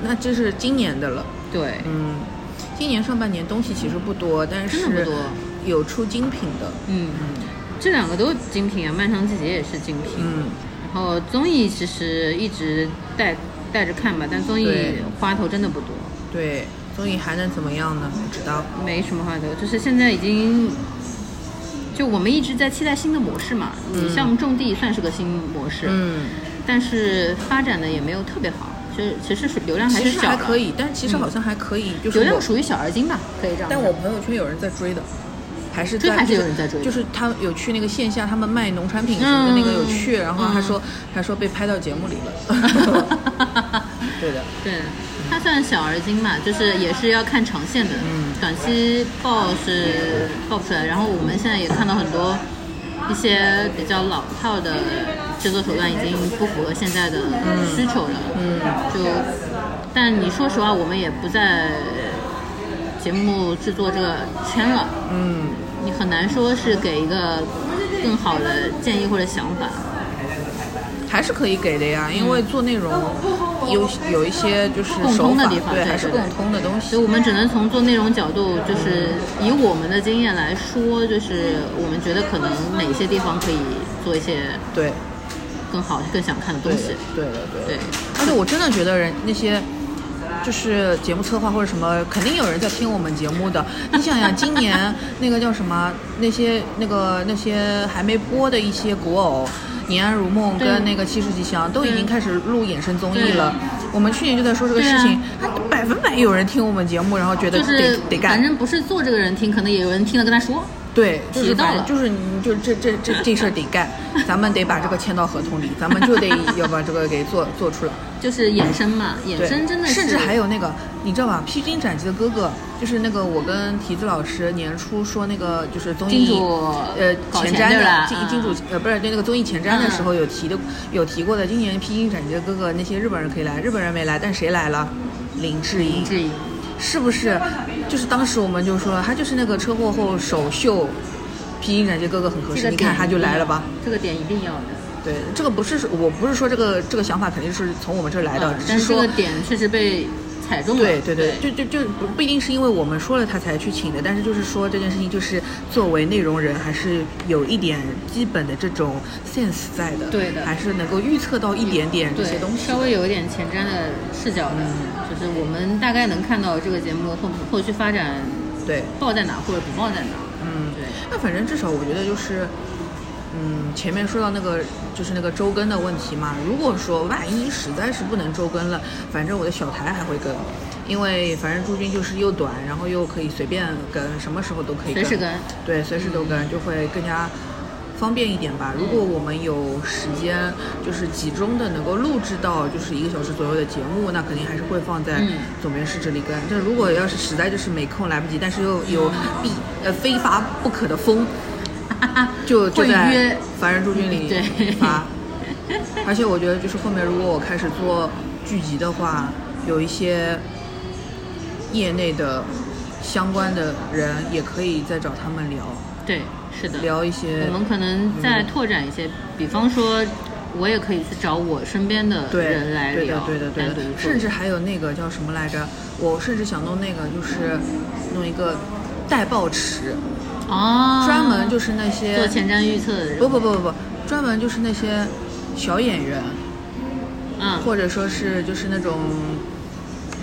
Speaker 4: 那这是今年的了。
Speaker 3: 对，
Speaker 4: 嗯，今年上半年东西其实不多，但
Speaker 3: 真的
Speaker 4: 是
Speaker 3: 不多
Speaker 4: 有出精品的。
Speaker 3: 嗯，这两个都是精品啊，《漫长季节》也是精品。
Speaker 4: 嗯，
Speaker 3: 然后综艺其实一直带带着看吧，但综艺
Speaker 4: 对
Speaker 3: 花头真的不多，
Speaker 4: 对，综艺还能怎么样呢？不知道。
Speaker 3: 没什么花头，就是现在已经。就我们一直在期待新的模式嘛，你项目种地算是个新模式，
Speaker 4: 嗯，
Speaker 3: 但是发展的也没有特别好，就是其实是流量还
Speaker 4: 其
Speaker 3: 是
Speaker 4: 实
Speaker 3: 小
Speaker 4: 还
Speaker 3: 的嗯
Speaker 4: 可，以，但其实好像还可以，就是
Speaker 3: 流量
Speaker 4: 我
Speaker 3: 属于小而精吧，可以这样
Speaker 4: 但
Speaker 3: 讲。
Speaker 4: 我朋友圈有人在追的，还是
Speaker 3: 追
Speaker 4: 在
Speaker 3: 还是
Speaker 4: 就
Speaker 3: 有人在追的
Speaker 4: 就是他有去那个线下，他们卖农产品什么的那个有去，
Speaker 3: 嗯
Speaker 4: 然后还说还说被拍到节目里 了。对的，
Speaker 3: 对，它算小而精嘛，就是也是要看长线的，
Speaker 4: 嗯
Speaker 3: 短期爆是爆不出来。然后我们现在也看到很多一些比较老套的制作手段已经不符合现在的需求了，嗯，就，但你说实话，我们也不在节目制作这个圈了，
Speaker 4: 嗯，
Speaker 3: 你很难说是给一个更好的建议或者想法，
Speaker 4: 还是可以给的呀，因为做内容有有一些就是
Speaker 3: 嗯共
Speaker 4: 手
Speaker 3: 通的
Speaker 4: 法，
Speaker 3: 地方
Speaker 4: 对，
Speaker 3: 对
Speaker 4: 还是
Speaker 3: 对对
Speaker 4: 共通的东西
Speaker 3: 所以。我们只能从做内容角度，就是以我们的经验来说，就是我们觉得可能哪些地方可以做一些
Speaker 4: 对，
Speaker 3: 更好、更想看的
Speaker 4: 对
Speaker 3: 东
Speaker 4: 的
Speaker 3: 西。，
Speaker 4: 对的，对的。
Speaker 3: 对，
Speaker 4: 而且我真的觉得人那些。就是节目策划或者什么，肯定有人在听我们节 目的。你想想，今年那个叫什么，那些那个那些还没播的一些古偶，《宁安如梦》
Speaker 3: 对
Speaker 4: 跟那个《七十吉祥》都已经
Speaker 3: 对
Speaker 4: 开始录衍生综艺
Speaker 3: 对
Speaker 4: 了。我们去年就在说这个
Speaker 3: 对
Speaker 4: 事
Speaker 3: 啊
Speaker 4: 情，他百分百有人听我们节目，然后觉得
Speaker 3: 就
Speaker 4: 得
Speaker 3: 是
Speaker 4: 得
Speaker 3: 反
Speaker 4: 干。
Speaker 3: 正不是做这个人听，可能也有人听了跟他说。
Speaker 4: 对，就是
Speaker 3: 提到
Speaker 4: 反
Speaker 3: 了
Speaker 4: 正就是你就这这这这事儿得干，咱们得把这个签到合同里，咱们 就得要把这个给做做出来。
Speaker 3: 就是衍生嘛，衍
Speaker 4: 对，
Speaker 3: 生真的是
Speaker 4: 甚至还有那个，你知道吧？《披荆斩棘的哥哥》就是那个我跟提子老师年初说那个就是综艺
Speaker 3: 金主
Speaker 4: 呃
Speaker 3: 搞
Speaker 4: 前
Speaker 3: 钱
Speaker 4: 瞻
Speaker 3: 对
Speaker 4: 的
Speaker 3: 吧
Speaker 4: 金
Speaker 3: 嗯
Speaker 4: 金主呃不是对那个综艺前瞻的时候有提的有提过的，今年《披荆斩棘的哥哥》那些日本人可以来，日本人没来，但谁来了？林志颖，
Speaker 3: 质疑。
Speaker 4: 是不是？就是当时我们就说他就是那个车祸后首秀，《披荆斩棘哥哥》很合
Speaker 3: 这
Speaker 4: 适，
Speaker 3: 个
Speaker 4: 你看
Speaker 3: 点
Speaker 4: 他就来了吧。
Speaker 3: 这个点一定要的。
Speaker 4: 对，这个不是说我不是说这个这个想法肯定是从我们这儿来的，
Speaker 3: 嗯
Speaker 4: 只
Speaker 3: 但
Speaker 4: 是
Speaker 3: 是这
Speaker 4: 说
Speaker 3: 个点确实被踩中了。
Speaker 4: 对对对，就就就不不一定是因为我们说了他才去请的，但是就是说这件事情，就是作为内容人，还是有一点基本的这种 sense 在的，
Speaker 3: 对的
Speaker 4: 还是能够预测到一点点这
Speaker 3: 对，
Speaker 4: 些东西嗯
Speaker 3: 稍。微有一点前瞻的视角的，就是我们大概能看到这个节目后后续发展
Speaker 4: 对，
Speaker 3: 爆在哪或者不爆在哪。
Speaker 4: 嗯，
Speaker 3: 对，
Speaker 4: 那反正至少我觉得就是，嗯，前面说到那个就是那个周更的问题嘛，如果说万一实在是不能周更了，反正我的小台还会更。因为反正朱军就是又短，然后又可以随便跟，什么时候都可以
Speaker 3: 随
Speaker 4: 跟，
Speaker 3: 时跟。
Speaker 4: 对，随时都跟，就会更加方便一点吧。
Speaker 3: 嗯
Speaker 4: 如果我们有时间，就是集中的能够录制到就是一个小时左右的节目，那肯定还是会放在
Speaker 3: 嗯
Speaker 4: 总编室这里跟。但如果要是实在就是没空来不及，但是又有必呃非发不可 的风，就就
Speaker 3: 会
Speaker 4: 在
Speaker 3: 约
Speaker 4: 凡人驻军 里
Speaker 3: 对
Speaker 4: 发。而且我觉得就是后面如果我开始做剧集的话，有一些业内的相关的人也可以再找他们聊
Speaker 3: 对，是的。
Speaker 4: 聊一些
Speaker 3: 我，们可
Speaker 4: 嗯
Speaker 3: 能再拓展一些，比方说，我也可以去找我身边的
Speaker 4: 对
Speaker 3: 人来
Speaker 4: 对的
Speaker 3: 聊，
Speaker 4: 对的对
Speaker 3: 单
Speaker 4: 的
Speaker 3: 独，做
Speaker 4: 甚至还有那个叫什么来着？我甚至想弄那个就是弄一个带报池，
Speaker 3: 哦，
Speaker 4: 专门就是是那些
Speaker 3: 做前瞻预测的人，
Speaker 4: 不不不不不，专门就是那些小演员。
Speaker 3: 嗯，
Speaker 4: 或者说是就是那种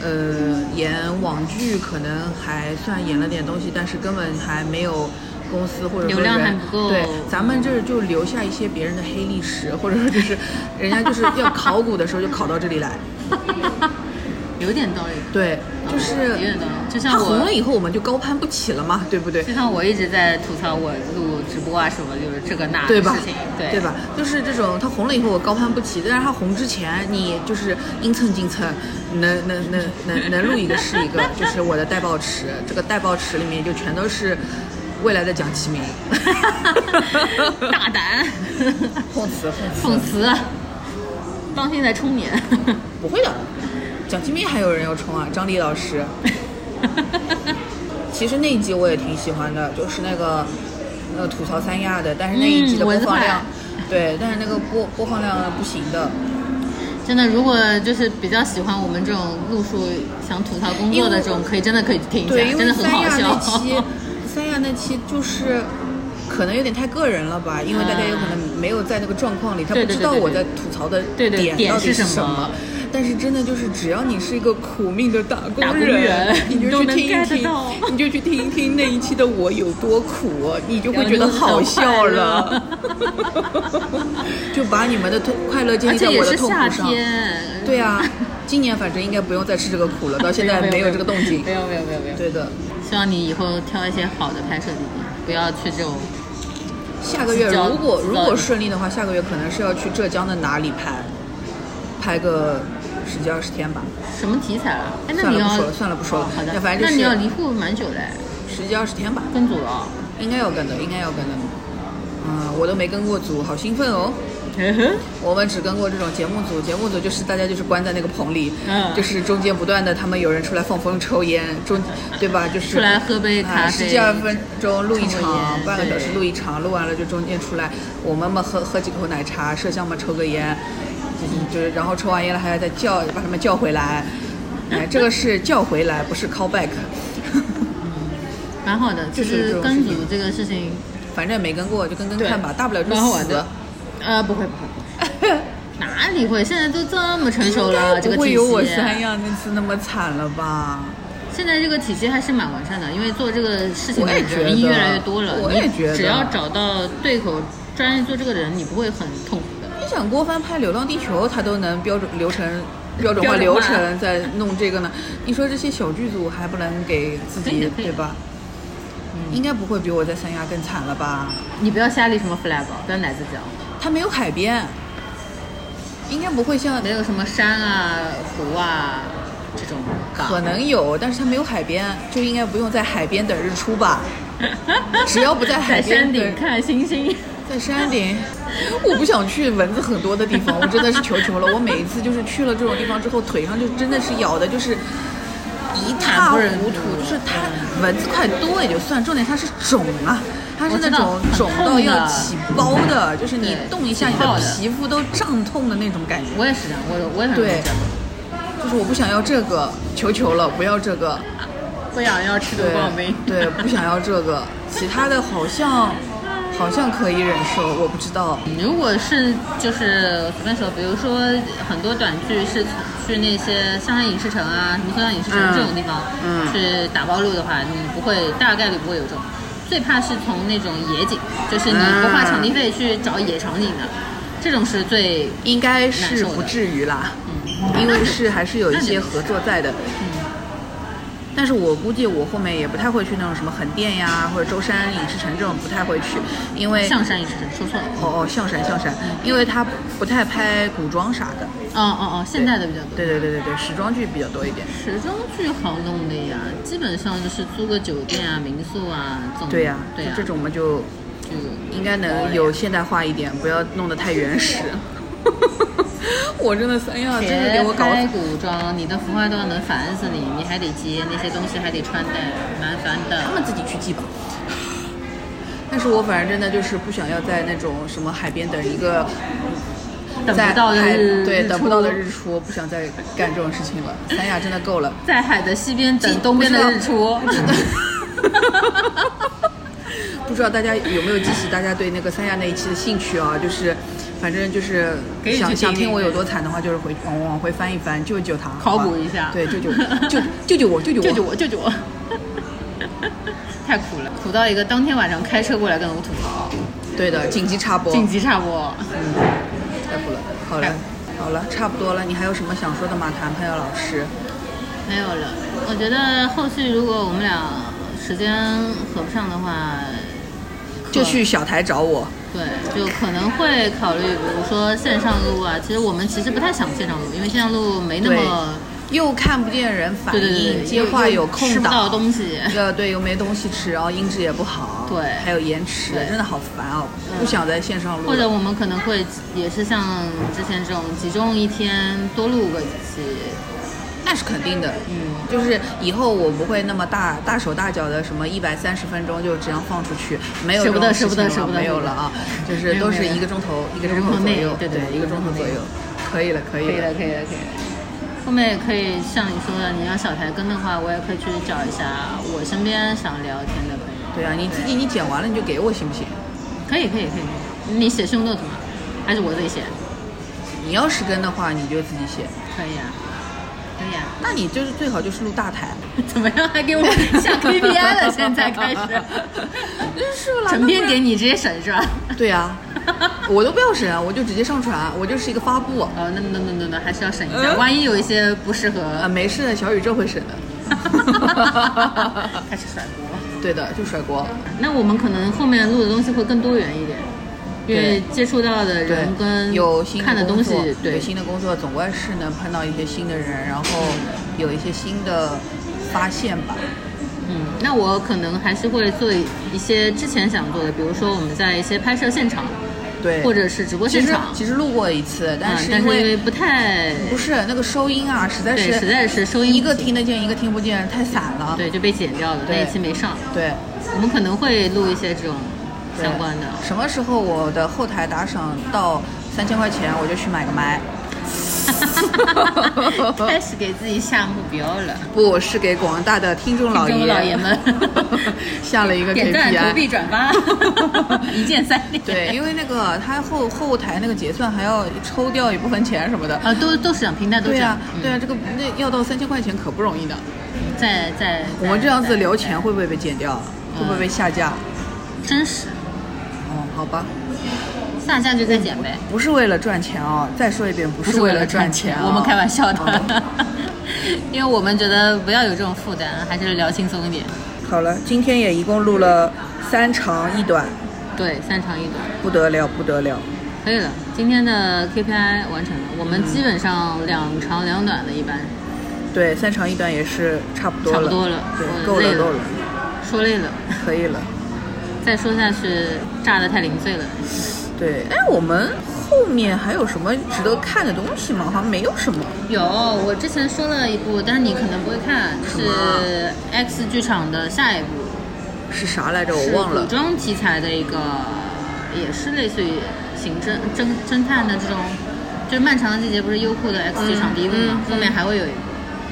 Speaker 4: 呃，演网剧可能还算演了点东西，但是根本还没有公司或者说
Speaker 3: 流量
Speaker 4: 人
Speaker 3: 还不够
Speaker 4: 对，咱们这儿就留下一些别人的黑历史，或者说就是人家就是要考古的时候就考到这里来。
Speaker 3: 有点道理。
Speaker 4: 对，就
Speaker 3: 哦有
Speaker 4: 是
Speaker 3: 点道理，就像
Speaker 4: 他红
Speaker 3: 我
Speaker 4: 了，以后，我们就高攀不起了嘛，对不对
Speaker 3: 就？像我一直在吐槽我录直播啊什么，就是这个那
Speaker 4: 对
Speaker 3: 的
Speaker 4: 吧
Speaker 3: 事情，？对
Speaker 4: 对？吧？就是这种，他红了以后我高攀不起，但是他红之前你就是阴蹭尽蹭，能能能能能录一个是一个，就是我的带报池，这个带报池里面就全都是未来的蒋奇明，
Speaker 3: 大胆，
Speaker 4: 碰瓷
Speaker 3: 讽
Speaker 4: 碰瓷，
Speaker 3: 刺，啊当心在冲年。
Speaker 4: 不会的，蒋奇明还有人要冲啊，张丽老 师。其实那一集我也挺喜欢的，就是那个呃吐槽三亚的，但是那一集的
Speaker 3: 嗯
Speaker 4: 播
Speaker 3: 蚊子
Speaker 4: 放
Speaker 3: 派
Speaker 4: 量，对，但是那个播播放量不行的。
Speaker 3: 真的，如果就是比较喜欢我们这种路数，想吐槽工作的这种，可以真的可以听一下
Speaker 4: 对，，因
Speaker 3: 真
Speaker 4: 为
Speaker 3: 的很
Speaker 4: 三
Speaker 3: 好
Speaker 4: 亚那
Speaker 3: 笑。
Speaker 4: 期，三亚那期就是可能有点太个人了吧，因为大家有可能没有在那个状况里，他不
Speaker 3: 啊对对
Speaker 4: 知道
Speaker 3: 对对
Speaker 4: 我
Speaker 3: 对
Speaker 4: 在吐槽的
Speaker 3: 对对点
Speaker 4: 到底
Speaker 3: 是什
Speaker 4: 什
Speaker 3: 么
Speaker 4: 但是真的就是，只要你是一个苦命的打工
Speaker 3: 打工人
Speaker 4: 你就
Speaker 3: 都
Speaker 4: 去
Speaker 3: 能
Speaker 4: 听一
Speaker 3: get
Speaker 4: 听
Speaker 3: 到，
Speaker 4: 你就去听一听那一期的我有多苦，你就会
Speaker 3: 然后
Speaker 4: 觉得
Speaker 3: 就很
Speaker 4: 好笑
Speaker 3: 快
Speaker 4: 了
Speaker 3: 乐，
Speaker 4: 就把你们的痛快乐建
Speaker 3: 而
Speaker 4: 立在
Speaker 3: 且也
Speaker 4: 我的
Speaker 3: 是
Speaker 4: 痛苦
Speaker 3: 夏
Speaker 4: 上。
Speaker 3: 天，
Speaker 4: 对啊，今年反正应该不用再吃这个 苦了，到现在
Speaker 3: 没有
Speaker 4: 没
Speaker 3: 没有
Speaker 4: 有这个动 静
Speaker 3: 没。有没有没有没有。
Speaker 4: 对的。
Speaker 3: 希望你以后挑一些好的拍摄地点，不要去这种。
Speaker 4: 下个月
Speaker 3: 比较
Speaker 4: 如果
Speaker 3: 比较
Speaker 4: 如果顺利的话，下个月可能是要去浙江的哪里拍，拍个十几二十天吧，
Speaker 3: 什么题材啊？哎，那
Speaker 4: 算
Speaker 3: 你
Speaker 4: 了不
Speaker 3: 要
Speaker 4: 说了算了不说了
Speaker 3: 哦好的
Speaker 4: 那，反正就是
Speaker 3: 那你要离沪蛮久嘞，
Speaker 4: 十几二十天吧，
Speaker 3: 跟组了。啊
Speaker 4: 应该要跟的，应该要跟的。嗯，我都没跟过组，好兴奋哦！我们只跟过这种节目组，节目组就是大家就是关在那个棚里，
Speaker 3: 嗯
Speaker 4: 就是中间不断的他们有人出来放风抽烟，中对吧？就是
Speaker 3: 出
Speaker 4: 啊
Speaker 3: 来喝杯咖
Speaker 4: 十
Speaker 3: 啡
Speaker 4: 几二分钟录一
Speaker 3: 抽个
Speaker 4: 场，
Speaker 3: 烟
Speaker 4: 半个小时
Speaker 3: 对
Speaker 4: 录一场，录完了就中间出来，我们嘛喝喝几口奶茶，摄像嘛抽个烟，就是就是然后抽完烟了还要再叫把他们叫回 来，哎，这个是叫回来，不是 call back，
Speaker 3: 蛮好的，就
Speaker 4: 就
Speaker 3: 是
Speaker 4: 这
Speaker 3: 是
Speaker 4: 种
Speaker 3: 跟
Speaker 4: 事情
Speaker 3: 组这个事情，
Speaker 4: 反正也没跟过就跟跟
Speaker 3: 对
Speaker 4: 看吧，大不了就
Speaker 3: 蛮好玩
Speaker 4: 死
Speaker 3: 的。呃，不会不会，哪里会？现在都这么成熟了，这
Speaker 4: 不
Speaker 3: 个啊
Speaker 4: 会
Speaker 3: 体
Speaker 4: 有我
Speaker 3: 系，
Speaker 4: 三亚那次那么惨了吧？
Speaker 3: 现在这个体系还是蛮完善的，因为做这个事情
Speaker 4: 我
Speaker 3: 的
Speaker 4: 也觉
Speaker 3: 人
Speaker 4: 得
Speaker 3: 越来越多了，
Speaker 4: 我也觉得
Speaker 3: 你只要找到对口专业做这个的人，你不会很痛苦的。
Speaker 4: 你想郭帆拍《流浪地球》，他都能标准流程、标准化
Speaker 3: 标准
Speaker 4: 流
Speaker 3: 化
Speaker 4: 程在弄这个
Speaker 3: 嗯
Speaker 4: 呢，你说这些小剧组还不能给自
Speaker 3: 可以
Speaker 4: 己
Speaker 3: 的可以
Speaker 4: 对
Speaker 3: 的
Speaker 4: 吧？
Speaker 3: 嗯
Speaker 4: 应该不会比我在三亚更惨了吧？
Speaker 3: 你不要瞎立什么 flag，不要奶子讲，
Speaker 4: 它没有海边，应该不会像
Speaker 3: 没有什么山啊、湖啊这种港。
Speaker 4: 可能有，但是它没有海边，就应该不用在海边等日出吧？只要不在海
Speaker 3: 在
Speaker 4: 边
Speaker 3: 山
Speaker 4: 对
Speaker 3: 顶看星星，
Speaker 4: 在山顶， 我不想去蚊子很多的地方，我真的是求求了。我每一次就是去了这种地方之后，腿上就真的是咬的，就是一塌糊涂，就是
Speaker 3: 嗯
Speaker 4: 它蚊子快多也就算，重点它是肿啊，它是那种
Speaker 3: 我知道
Speaker 4: 肿
Speaker 3: 很
Speaker 4: 到
Speaker 3: 痛的
Speaker 4: 要起包的，就是你
Speaker 3: 对
Speaker 4: 动一下，你
Speaker 3: 起泡
Speaker 4: 的
Speaker 3: 的
Speaker 4: 皮肤都胀痛的那种感觉。
Speaker 3: 我也是这样，我我也很容易
Speaker 4: 对
Speaker 3: 这样。，
Speaker 4: 就是我不想要这个，求求了，不要这个。
Speaker 3: 不想要吃毒
Speaker 4: 对
Speaker 3: 报名，
Speaker 4: 对，不想要这个，其他的好像好像可以忍受，我不知道。
Speaker 3: 如果是就是随便说，比如说很多短剧是去那些上海影视城啊、什么中央影视城
Speaker 4: 嗯
Speaker 3: 这种地方、
Speaker 4: 嗯
Speaker 3: 去打包录的话，你不会大概率不会有这种。最怕是从那种野景，就是你不花场地费去找野场景的，这种是最
Speaker 4: 应该是不至于啦，因为是还是有一些合作在的。但是我估计我后面也不太会去那种什么横店呀，或者舟山影视城这种不太会去，因为
Speaker 3: 象山影嗯视城，说错了。
Speaker 4: 哦哦象山象山，因为它不太拍古装啥的。
Speaker 3: 哦哦哦，现在的比较多。
Speaker 4: 对对对对对，时装剧比较多一点。
Speaker 3: 时装剧好弄的呀，基本上就是租个酒店啊、民宿啊这种。
Speaker 4: 对呀、
Speaker 3: 对
Speaker 4: 就
Speaker 3: 呀、
Speaker 4: 这种我们就
Speaker 3: 就
Speaker 4: 应该能有现代化一点，不要弄得太原始。 我真的三亚真是给我搞
Speaker 3: 拍古装，你的服化道能烦死你，你还得接那些东西，还得穿戴，蛮烦
Speaker 4: 他
Speaker 3: 的。
Speaker 4: 们自己去记吧。但是我反正真的就是不想要在那种什么海边等一个
Speaker 3: 等
Speaker 4: 在
Speaker 3: 不到的
Speaker 4: 海
Speaker 3: 日
Speaker 4: 对
Speaker 3: 日
Speaker 4: 等不到的
Speaker 3: 出
Speaker 4: 日出，不想再干这种事情了。三亚真的够了，
Speaker 3: 在海的西边等东边的日出
Speaker 4: 不知道。不知道大家有没有激起大家对那个三亚那一期的兴趣啊？就是，反正就是
Speaker 3: 可以去
Speaker 4: 想
Speaker 3: 听
Speaker 4: 想
Speaker 3: 一听
Speaker 4: 听我有多惨的话，就是回往往回翻一翻，救救他，
Speaker 3: 考
Speaker 4: 好吧
Speaker 3: 古一下
Speaker 4: 对，救救救救救我，救救 我，
Speaker 3: 救救我，救救我！ 太苦了，苦到一个当天晚上开车过来跟我吐槽，
Speaker 4: 对的，紧急插播，
Speaker 3: 紧急插播。
Speaker 4: 太苦了，好了
Speaker 3: 太苦。
Speaker 4: 好了，差不多了。你还有什么想说的吗，谭佩瑶老师？
Speaker 3: 没有了。我觉得后续如果我们俩时间合不上的话，可
Speaker 4: 就去小台找我。
Speaker 3: 对，就可能会考虑，比如说线上录啊。其实我们其实不太想线上录，因为线上录没那么
Speaker 4: 又看不见人反
Speaker 3: 对
Speaker 4: 应，
Speaker 3: 对对对，
Speaker 4: 接话
Speaker 3: 又
Speaker 4: 有
Speaker 3: 又
Speaker 4: 空
Speaker 3: 吃不到
Speaker 4: 档，
Speaker 3: 东西。
Speaker 4: 呃，对，又没东西吃，然后音质也不好，
Speaker 3: 对
Speaker 4: 还有延迟
Speaker 3: 对，
Speaker 4: 真的好烦哦，
Speaker 3: 嗯
Speaker 4: 不想在线上录了。
Speaker 3: 或者我们可能会也是像之前这种集中一天多录个几期，
Speaker 4: 那是肯定的，
Speaker 3: 嗯，
Speaker 4: 就是以后我不会那么大大手大脚的，什么一百三十分钟就这样放出去，没有
Speaker 3: 舍不得
Speaker 4: 这种
Speaker 3: 舍不
Speaker 4: 事情
Speaker 3: 得舍不
Speaker 4: 了
Speaker 3: 得
Speaker 4: 没有了啊，就
Speaker 3: 没
Speaker 4: 是
Speaker 3: 有
Speaker 4: 都
Speaker 3: 没
Speaker 4: 是
Speaker 3: 有
Speaker 4: 一个钟头一个
Speaker 3: 一个
Speaker 4: 钟
Speaker 3: 钟
Speaker 4: 头
Speaker 3: 头
Speaker 4: 左
Speaker 3: 内
Speaker 4: 右，
Speaker 3: 对对对
Speaker 4: 一个钟头左右，可以了，可以
Speaker 3: 可以
Speaker 4: 了
Speaker 3: 了，，可以了，可以了。后面可以像你说的，你要小台跟的话，我也可以去找一下我身边想聊天的朋友。
Speaker 4: 对啊，你自己你剪完了你就给我行不行？
Speaker 3: 可以可以可以，你写 show note 吗？还是我自己写？
Speaker 4: 你要是跟的话你就自己写，
Speaker 3: 可以啊，可以啊。
Speaker 4: 那你就是最好就是录大台。
Speaker 3: 怎么样？还给我下 KPI 了？现在开始，
Speaker 4: 真是了，
Speaker 3: 成片给你直接审是吧？
Speaker 4: 对啊，我都不要审啊，我就直接上传，我就是一个发布啊，
Speaker 3: 哦，那那那那那还是要审一下，万一有一些不适 合，
Speaker 4: 呃没事的，小宇宙会审 的。
Speaker 3: 开始甩锅。
Speaker 4: 对的，就甩锅。
Speaker 3: 那我们可能后面录的东西会更多元一点，因为接触到的
Speaker 4: 对
Speaker 3: 人，跟
Speaker 4: 有新
Speaker 3: 看的
Speaker 4: 工
Speaker 3: 东西
Speaker 4: 作，
Speaker 3: 对
Speaker 4: 有新的工作，总归是能碰到一些新的人，然后有一些新的发现吧。
Speaker 3: 嗯，那我可能还是会做一些之前想做的，比如说我们在一些拍摄现场，
Speaker 4: 对，
Speaker 3: 或者是直播
Speaker 4: 其
Speaker 3: 现
Speaker 4: 实
Speaker 3: 场，
Speaker 4: 其实录过一次，但
Speaker 3: 嗯
Speaker 4: 是
Speaker 3: 但
Speaker 4: 因
Speaker 3: 是因
Speaker 4: 为
Speaker 3: 为不太
Speaker 4: 不是那个收音啊，实在
Speaker 3: 对，
Speaker 4: 是
Speaker 3: 实在是收音
Speaker 4: 一个
Speaker 3: 不行
Speaker 4: 听得见，一个听不见，太散了。
Speaker 3: 对就被剪掉了，那
Speaker 4: 对
Speaker 3: 一期没上。
Speaker 4: 对。
Speaker 3: 我们可能会录一些这种
Speaker 4: 对
Speaker 3: 相 关的。
Speaker 4: 什么时候我的后台打赏到三千块钱，我就去买个麦。
Speaker 3: 开始给自己下目标了，
Speaker 4: 不是给广大的听众老爷
Speaker 3: 听众老爷们
Speaker 4: 下了一个
Speaker 3: 点赞、投币、
Speaker 4: KPI。
Speaker 3: 转发， 一键三连。
Speaker 4: 对，因为那个他后后台那个结算还要抽掉一部分钱什么的。
Speaker 3: 啊，都都是这样，平台都
Speaker 4: 对
Speaker 3: 这
Speaker 4: 呀、
Speaker 3: 样
Speaker 4: 啊。，对呀、啊，这个那要到三千块钱可不容易的。
Speaker 3: 嗯，在在
Speaker 4: 我们这样子留，
Speaker 3: 在
Speaker 4: 钱会不会被减掉？
Speaker 3: 嗯
Speaker 4: 会不会被下架？
Speaker 3: 在真实
Speaker 4: 哦，好吧，
Speaker 3: 下架就再减呗，
Speaker 4: 不是为了赚钱哦。再说一遍，不
Speaker 3: 不
Speaker 4: 是为了赚
Speaker 3: 钱，
Speaker 4: 哦
Speaker 3: 我们开玩笑
Speaker 4: 哦
Speaker 3: 的。 因为我们觉得不要有这种负担，还是聊轻松一点。
Speaker 4: 好了，今天也一共录了三长一短，
Speaker 3: 对，三长一短。
Speaker 4: 不得了，不得了。
Speaker 3: 可以了，今天的 KPI 完成了。我们基本上两长两短的，一般
Speaker 4: 对，三长一短也是差不多
Speaker 3: 差
Speaker 4: 了，
Speaker 3: 不多了
Speaker 4: 对，
Speaker 3: 我
Speaker 4: 够
Speaker 3: 累
Speaker 4: 了，
Speaker 3: 了
Speaker 4: 够了，
Speaker 3: 说累了，
Speaker 4: 可以了。
Speaker 3: 再说下去炸得太零碎了。
Speaker 4: 对，哎，我们后面还有什么值得看的东西吗？好像没有什么。
Speaker 3: 有，我之前说了一部，但是你可能不会看，
Speaker 4: 什
Speaker 3: 是
Speaker 4: 么啊
Speaker 3: X 剧场的下一部，
Speaker 4: 是啥来着？我
Speaker 3: 是
Speaker 4: 忘
Speaker 3: 古
Speaker 4: 了。
Speaker 3: 装题材的一个，也是类似于刑侦侦侦探的这种，就是漫长的季节不是优酷的 X 剧场第一部嘛
Speaker 4: 嗯，嗯
Speaker 3: 后面还会有一部，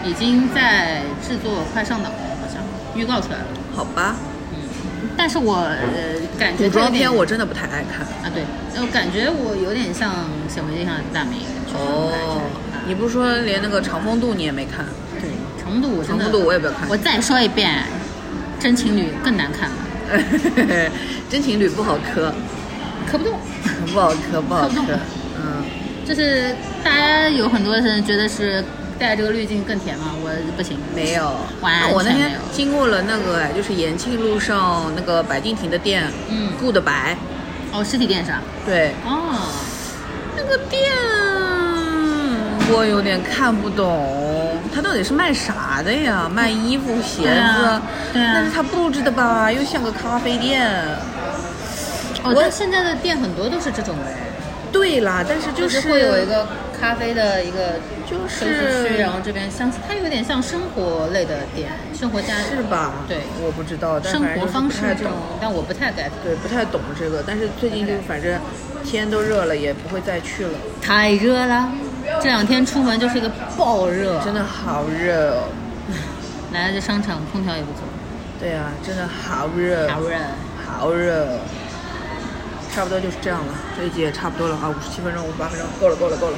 Speaker 3: 已经在制作，快上档了，好像预告出来了。
Speaker 4: 好吧，
Speaker 3: 但是我呃感觉
Speaker 4: 古装
Speaker 3: 它有
Speaker 4: 片
Speaker 3: 点
Speaker 4: 我真的不太爱看。
Speaker 3: 啊对，我感觉我有点像《显微镜上的大美人》就是那种感觉啊
Speaker 4: 哦你不是说连那个《长风渡》你也没看？
Speaker 3: 对成都我
Speaker 4: 《
Speaker 3: 真
Speaker 4: 长
Speaker 3: 的
Speaker 4: 风渡》我也不要看。
Speaker 3: 我再说一遍，真情侣更难看了，
Speaker 4: 真情侣不好磕，
Speaker 3: 磕不动。
Speaker 4: 不好磕，不好
Speaker 3: 磕不
Speaker 4: 磕
Speaker 3: 动。
Speaker 4: 嗯，
Speaker 3: 就是大家有很多人觉得是带这个滤镜更甜嘛，我不行。
Speaker 4: 没有，
Speaker 3: 完全
Speaker 4: 我那天
Speaker 3: 没有
Speaker 4: 经过了那个，哎就是延庆路上那个白敬亭的店，
Speaker 3: 嗯
Speaker 4: 顾的白，
Speaker 3: 哦，实体店是吧？
Speaker 4: 对，
Speaker 3: 哦，
Speaker 4: 那个店啊我有点看不懂，他到底是卖啥的呀？卖衣服、鞋
Speaker 3: 对
Speaker 4: 子
Speaker 3: 啊，对啊
Speaker 4: 但是他布置的吧，又像个咖啡店。
Speaker 3: 哦
Speaker 4: 我，
Speaker 3: 但现在的店很多都是这种哎，
Speaker 4: 对啦，但是就是
Speaker 3: 会有一个咖啡的一个
Speaker 4: 就
Speaker 3: 休息区，
Speaker 4: 是
Speaker 3: 然后这边像它有点像生活类的店，生活家
Speaker 4: 是吧？
Speaker 3: 对，
Speaker 4: 我不知道，但
Speaker 3: 生
Speaker 4: 反正
Speaker 3: 活
Speaker 4: 就是
Speaker 3: 方
Speaker 4: 不
Speaker 3: 式
Speaker 4: 太
Speaker 3: 这
Speaker 4: 懂
Speaker 3: 种，但我不太 get。
Speaker 4: 对，不太懂这个，但是最近就是反正天都热了，也不会再去了。
Speaker 3: 太热了，这两天出门就是一个爆热。
Speaker 4: 真的好热哦！
Speaker 3: 来了这商场空调也不错，
Speaker 4: 对啊，真的好热，
Speaker 3: 好热。
Speaker 4: 好哦热，差不多就是这样了，这一集也差不多了啊，五十七分钟、五十八分钟，够了，够了，够了。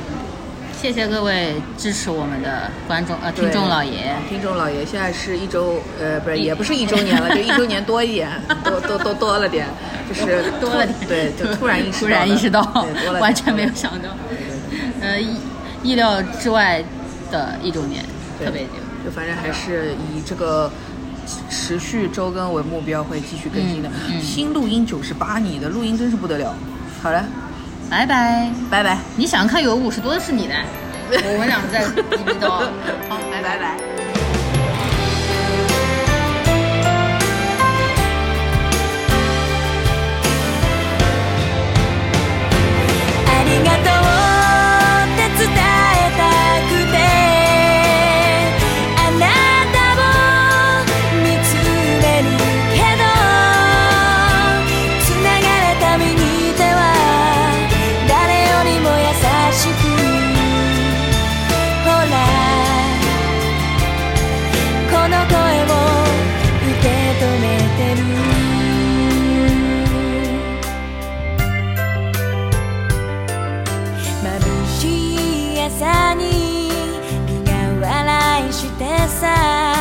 Speaker 3: 谢谢各位支持我们的观众呃
Speaker 4: 对
Speaker 3: 听众老爷，
Speaker 4: 听众老爷，现在是一周，呃，不是，
Speaker 3: 一
Speaker 4: 也不是一周年 了，就一周年多一点，多多多多了点，就是
Speaker 3: 多了点，
Speaker 4: 对，就突然意识到的，
Speaker 3: 突然意识到
Speaker 4: 对， 多了，
Speaker 3: 完全没有想到，呃意意料之外的一周年，
Speaker 4: 对
Speaker 3: 特别牛。
Speaker 4: 就反正还是以这个持续周更为目标，会继续更新的。
Speaker 3: 嗯嗯
Speaker 4: 新录音九十八，你的录音真是不得了。好了，
Speaker 3: 拜拜。
Speaker 4: 拜拜，
Speaker 3: 你想看有五十多的是你的，我们俩在一逼 刀。好，拜拜。
Speaker 4: 拜拜。
Speaker 2: 「ありがとうって伝えたくて」「あなたを見つめるけど」「つながるために手は誰よりも優しく」「ほらこの声を受け止めてる」眩しい朝に苦笑いしてさ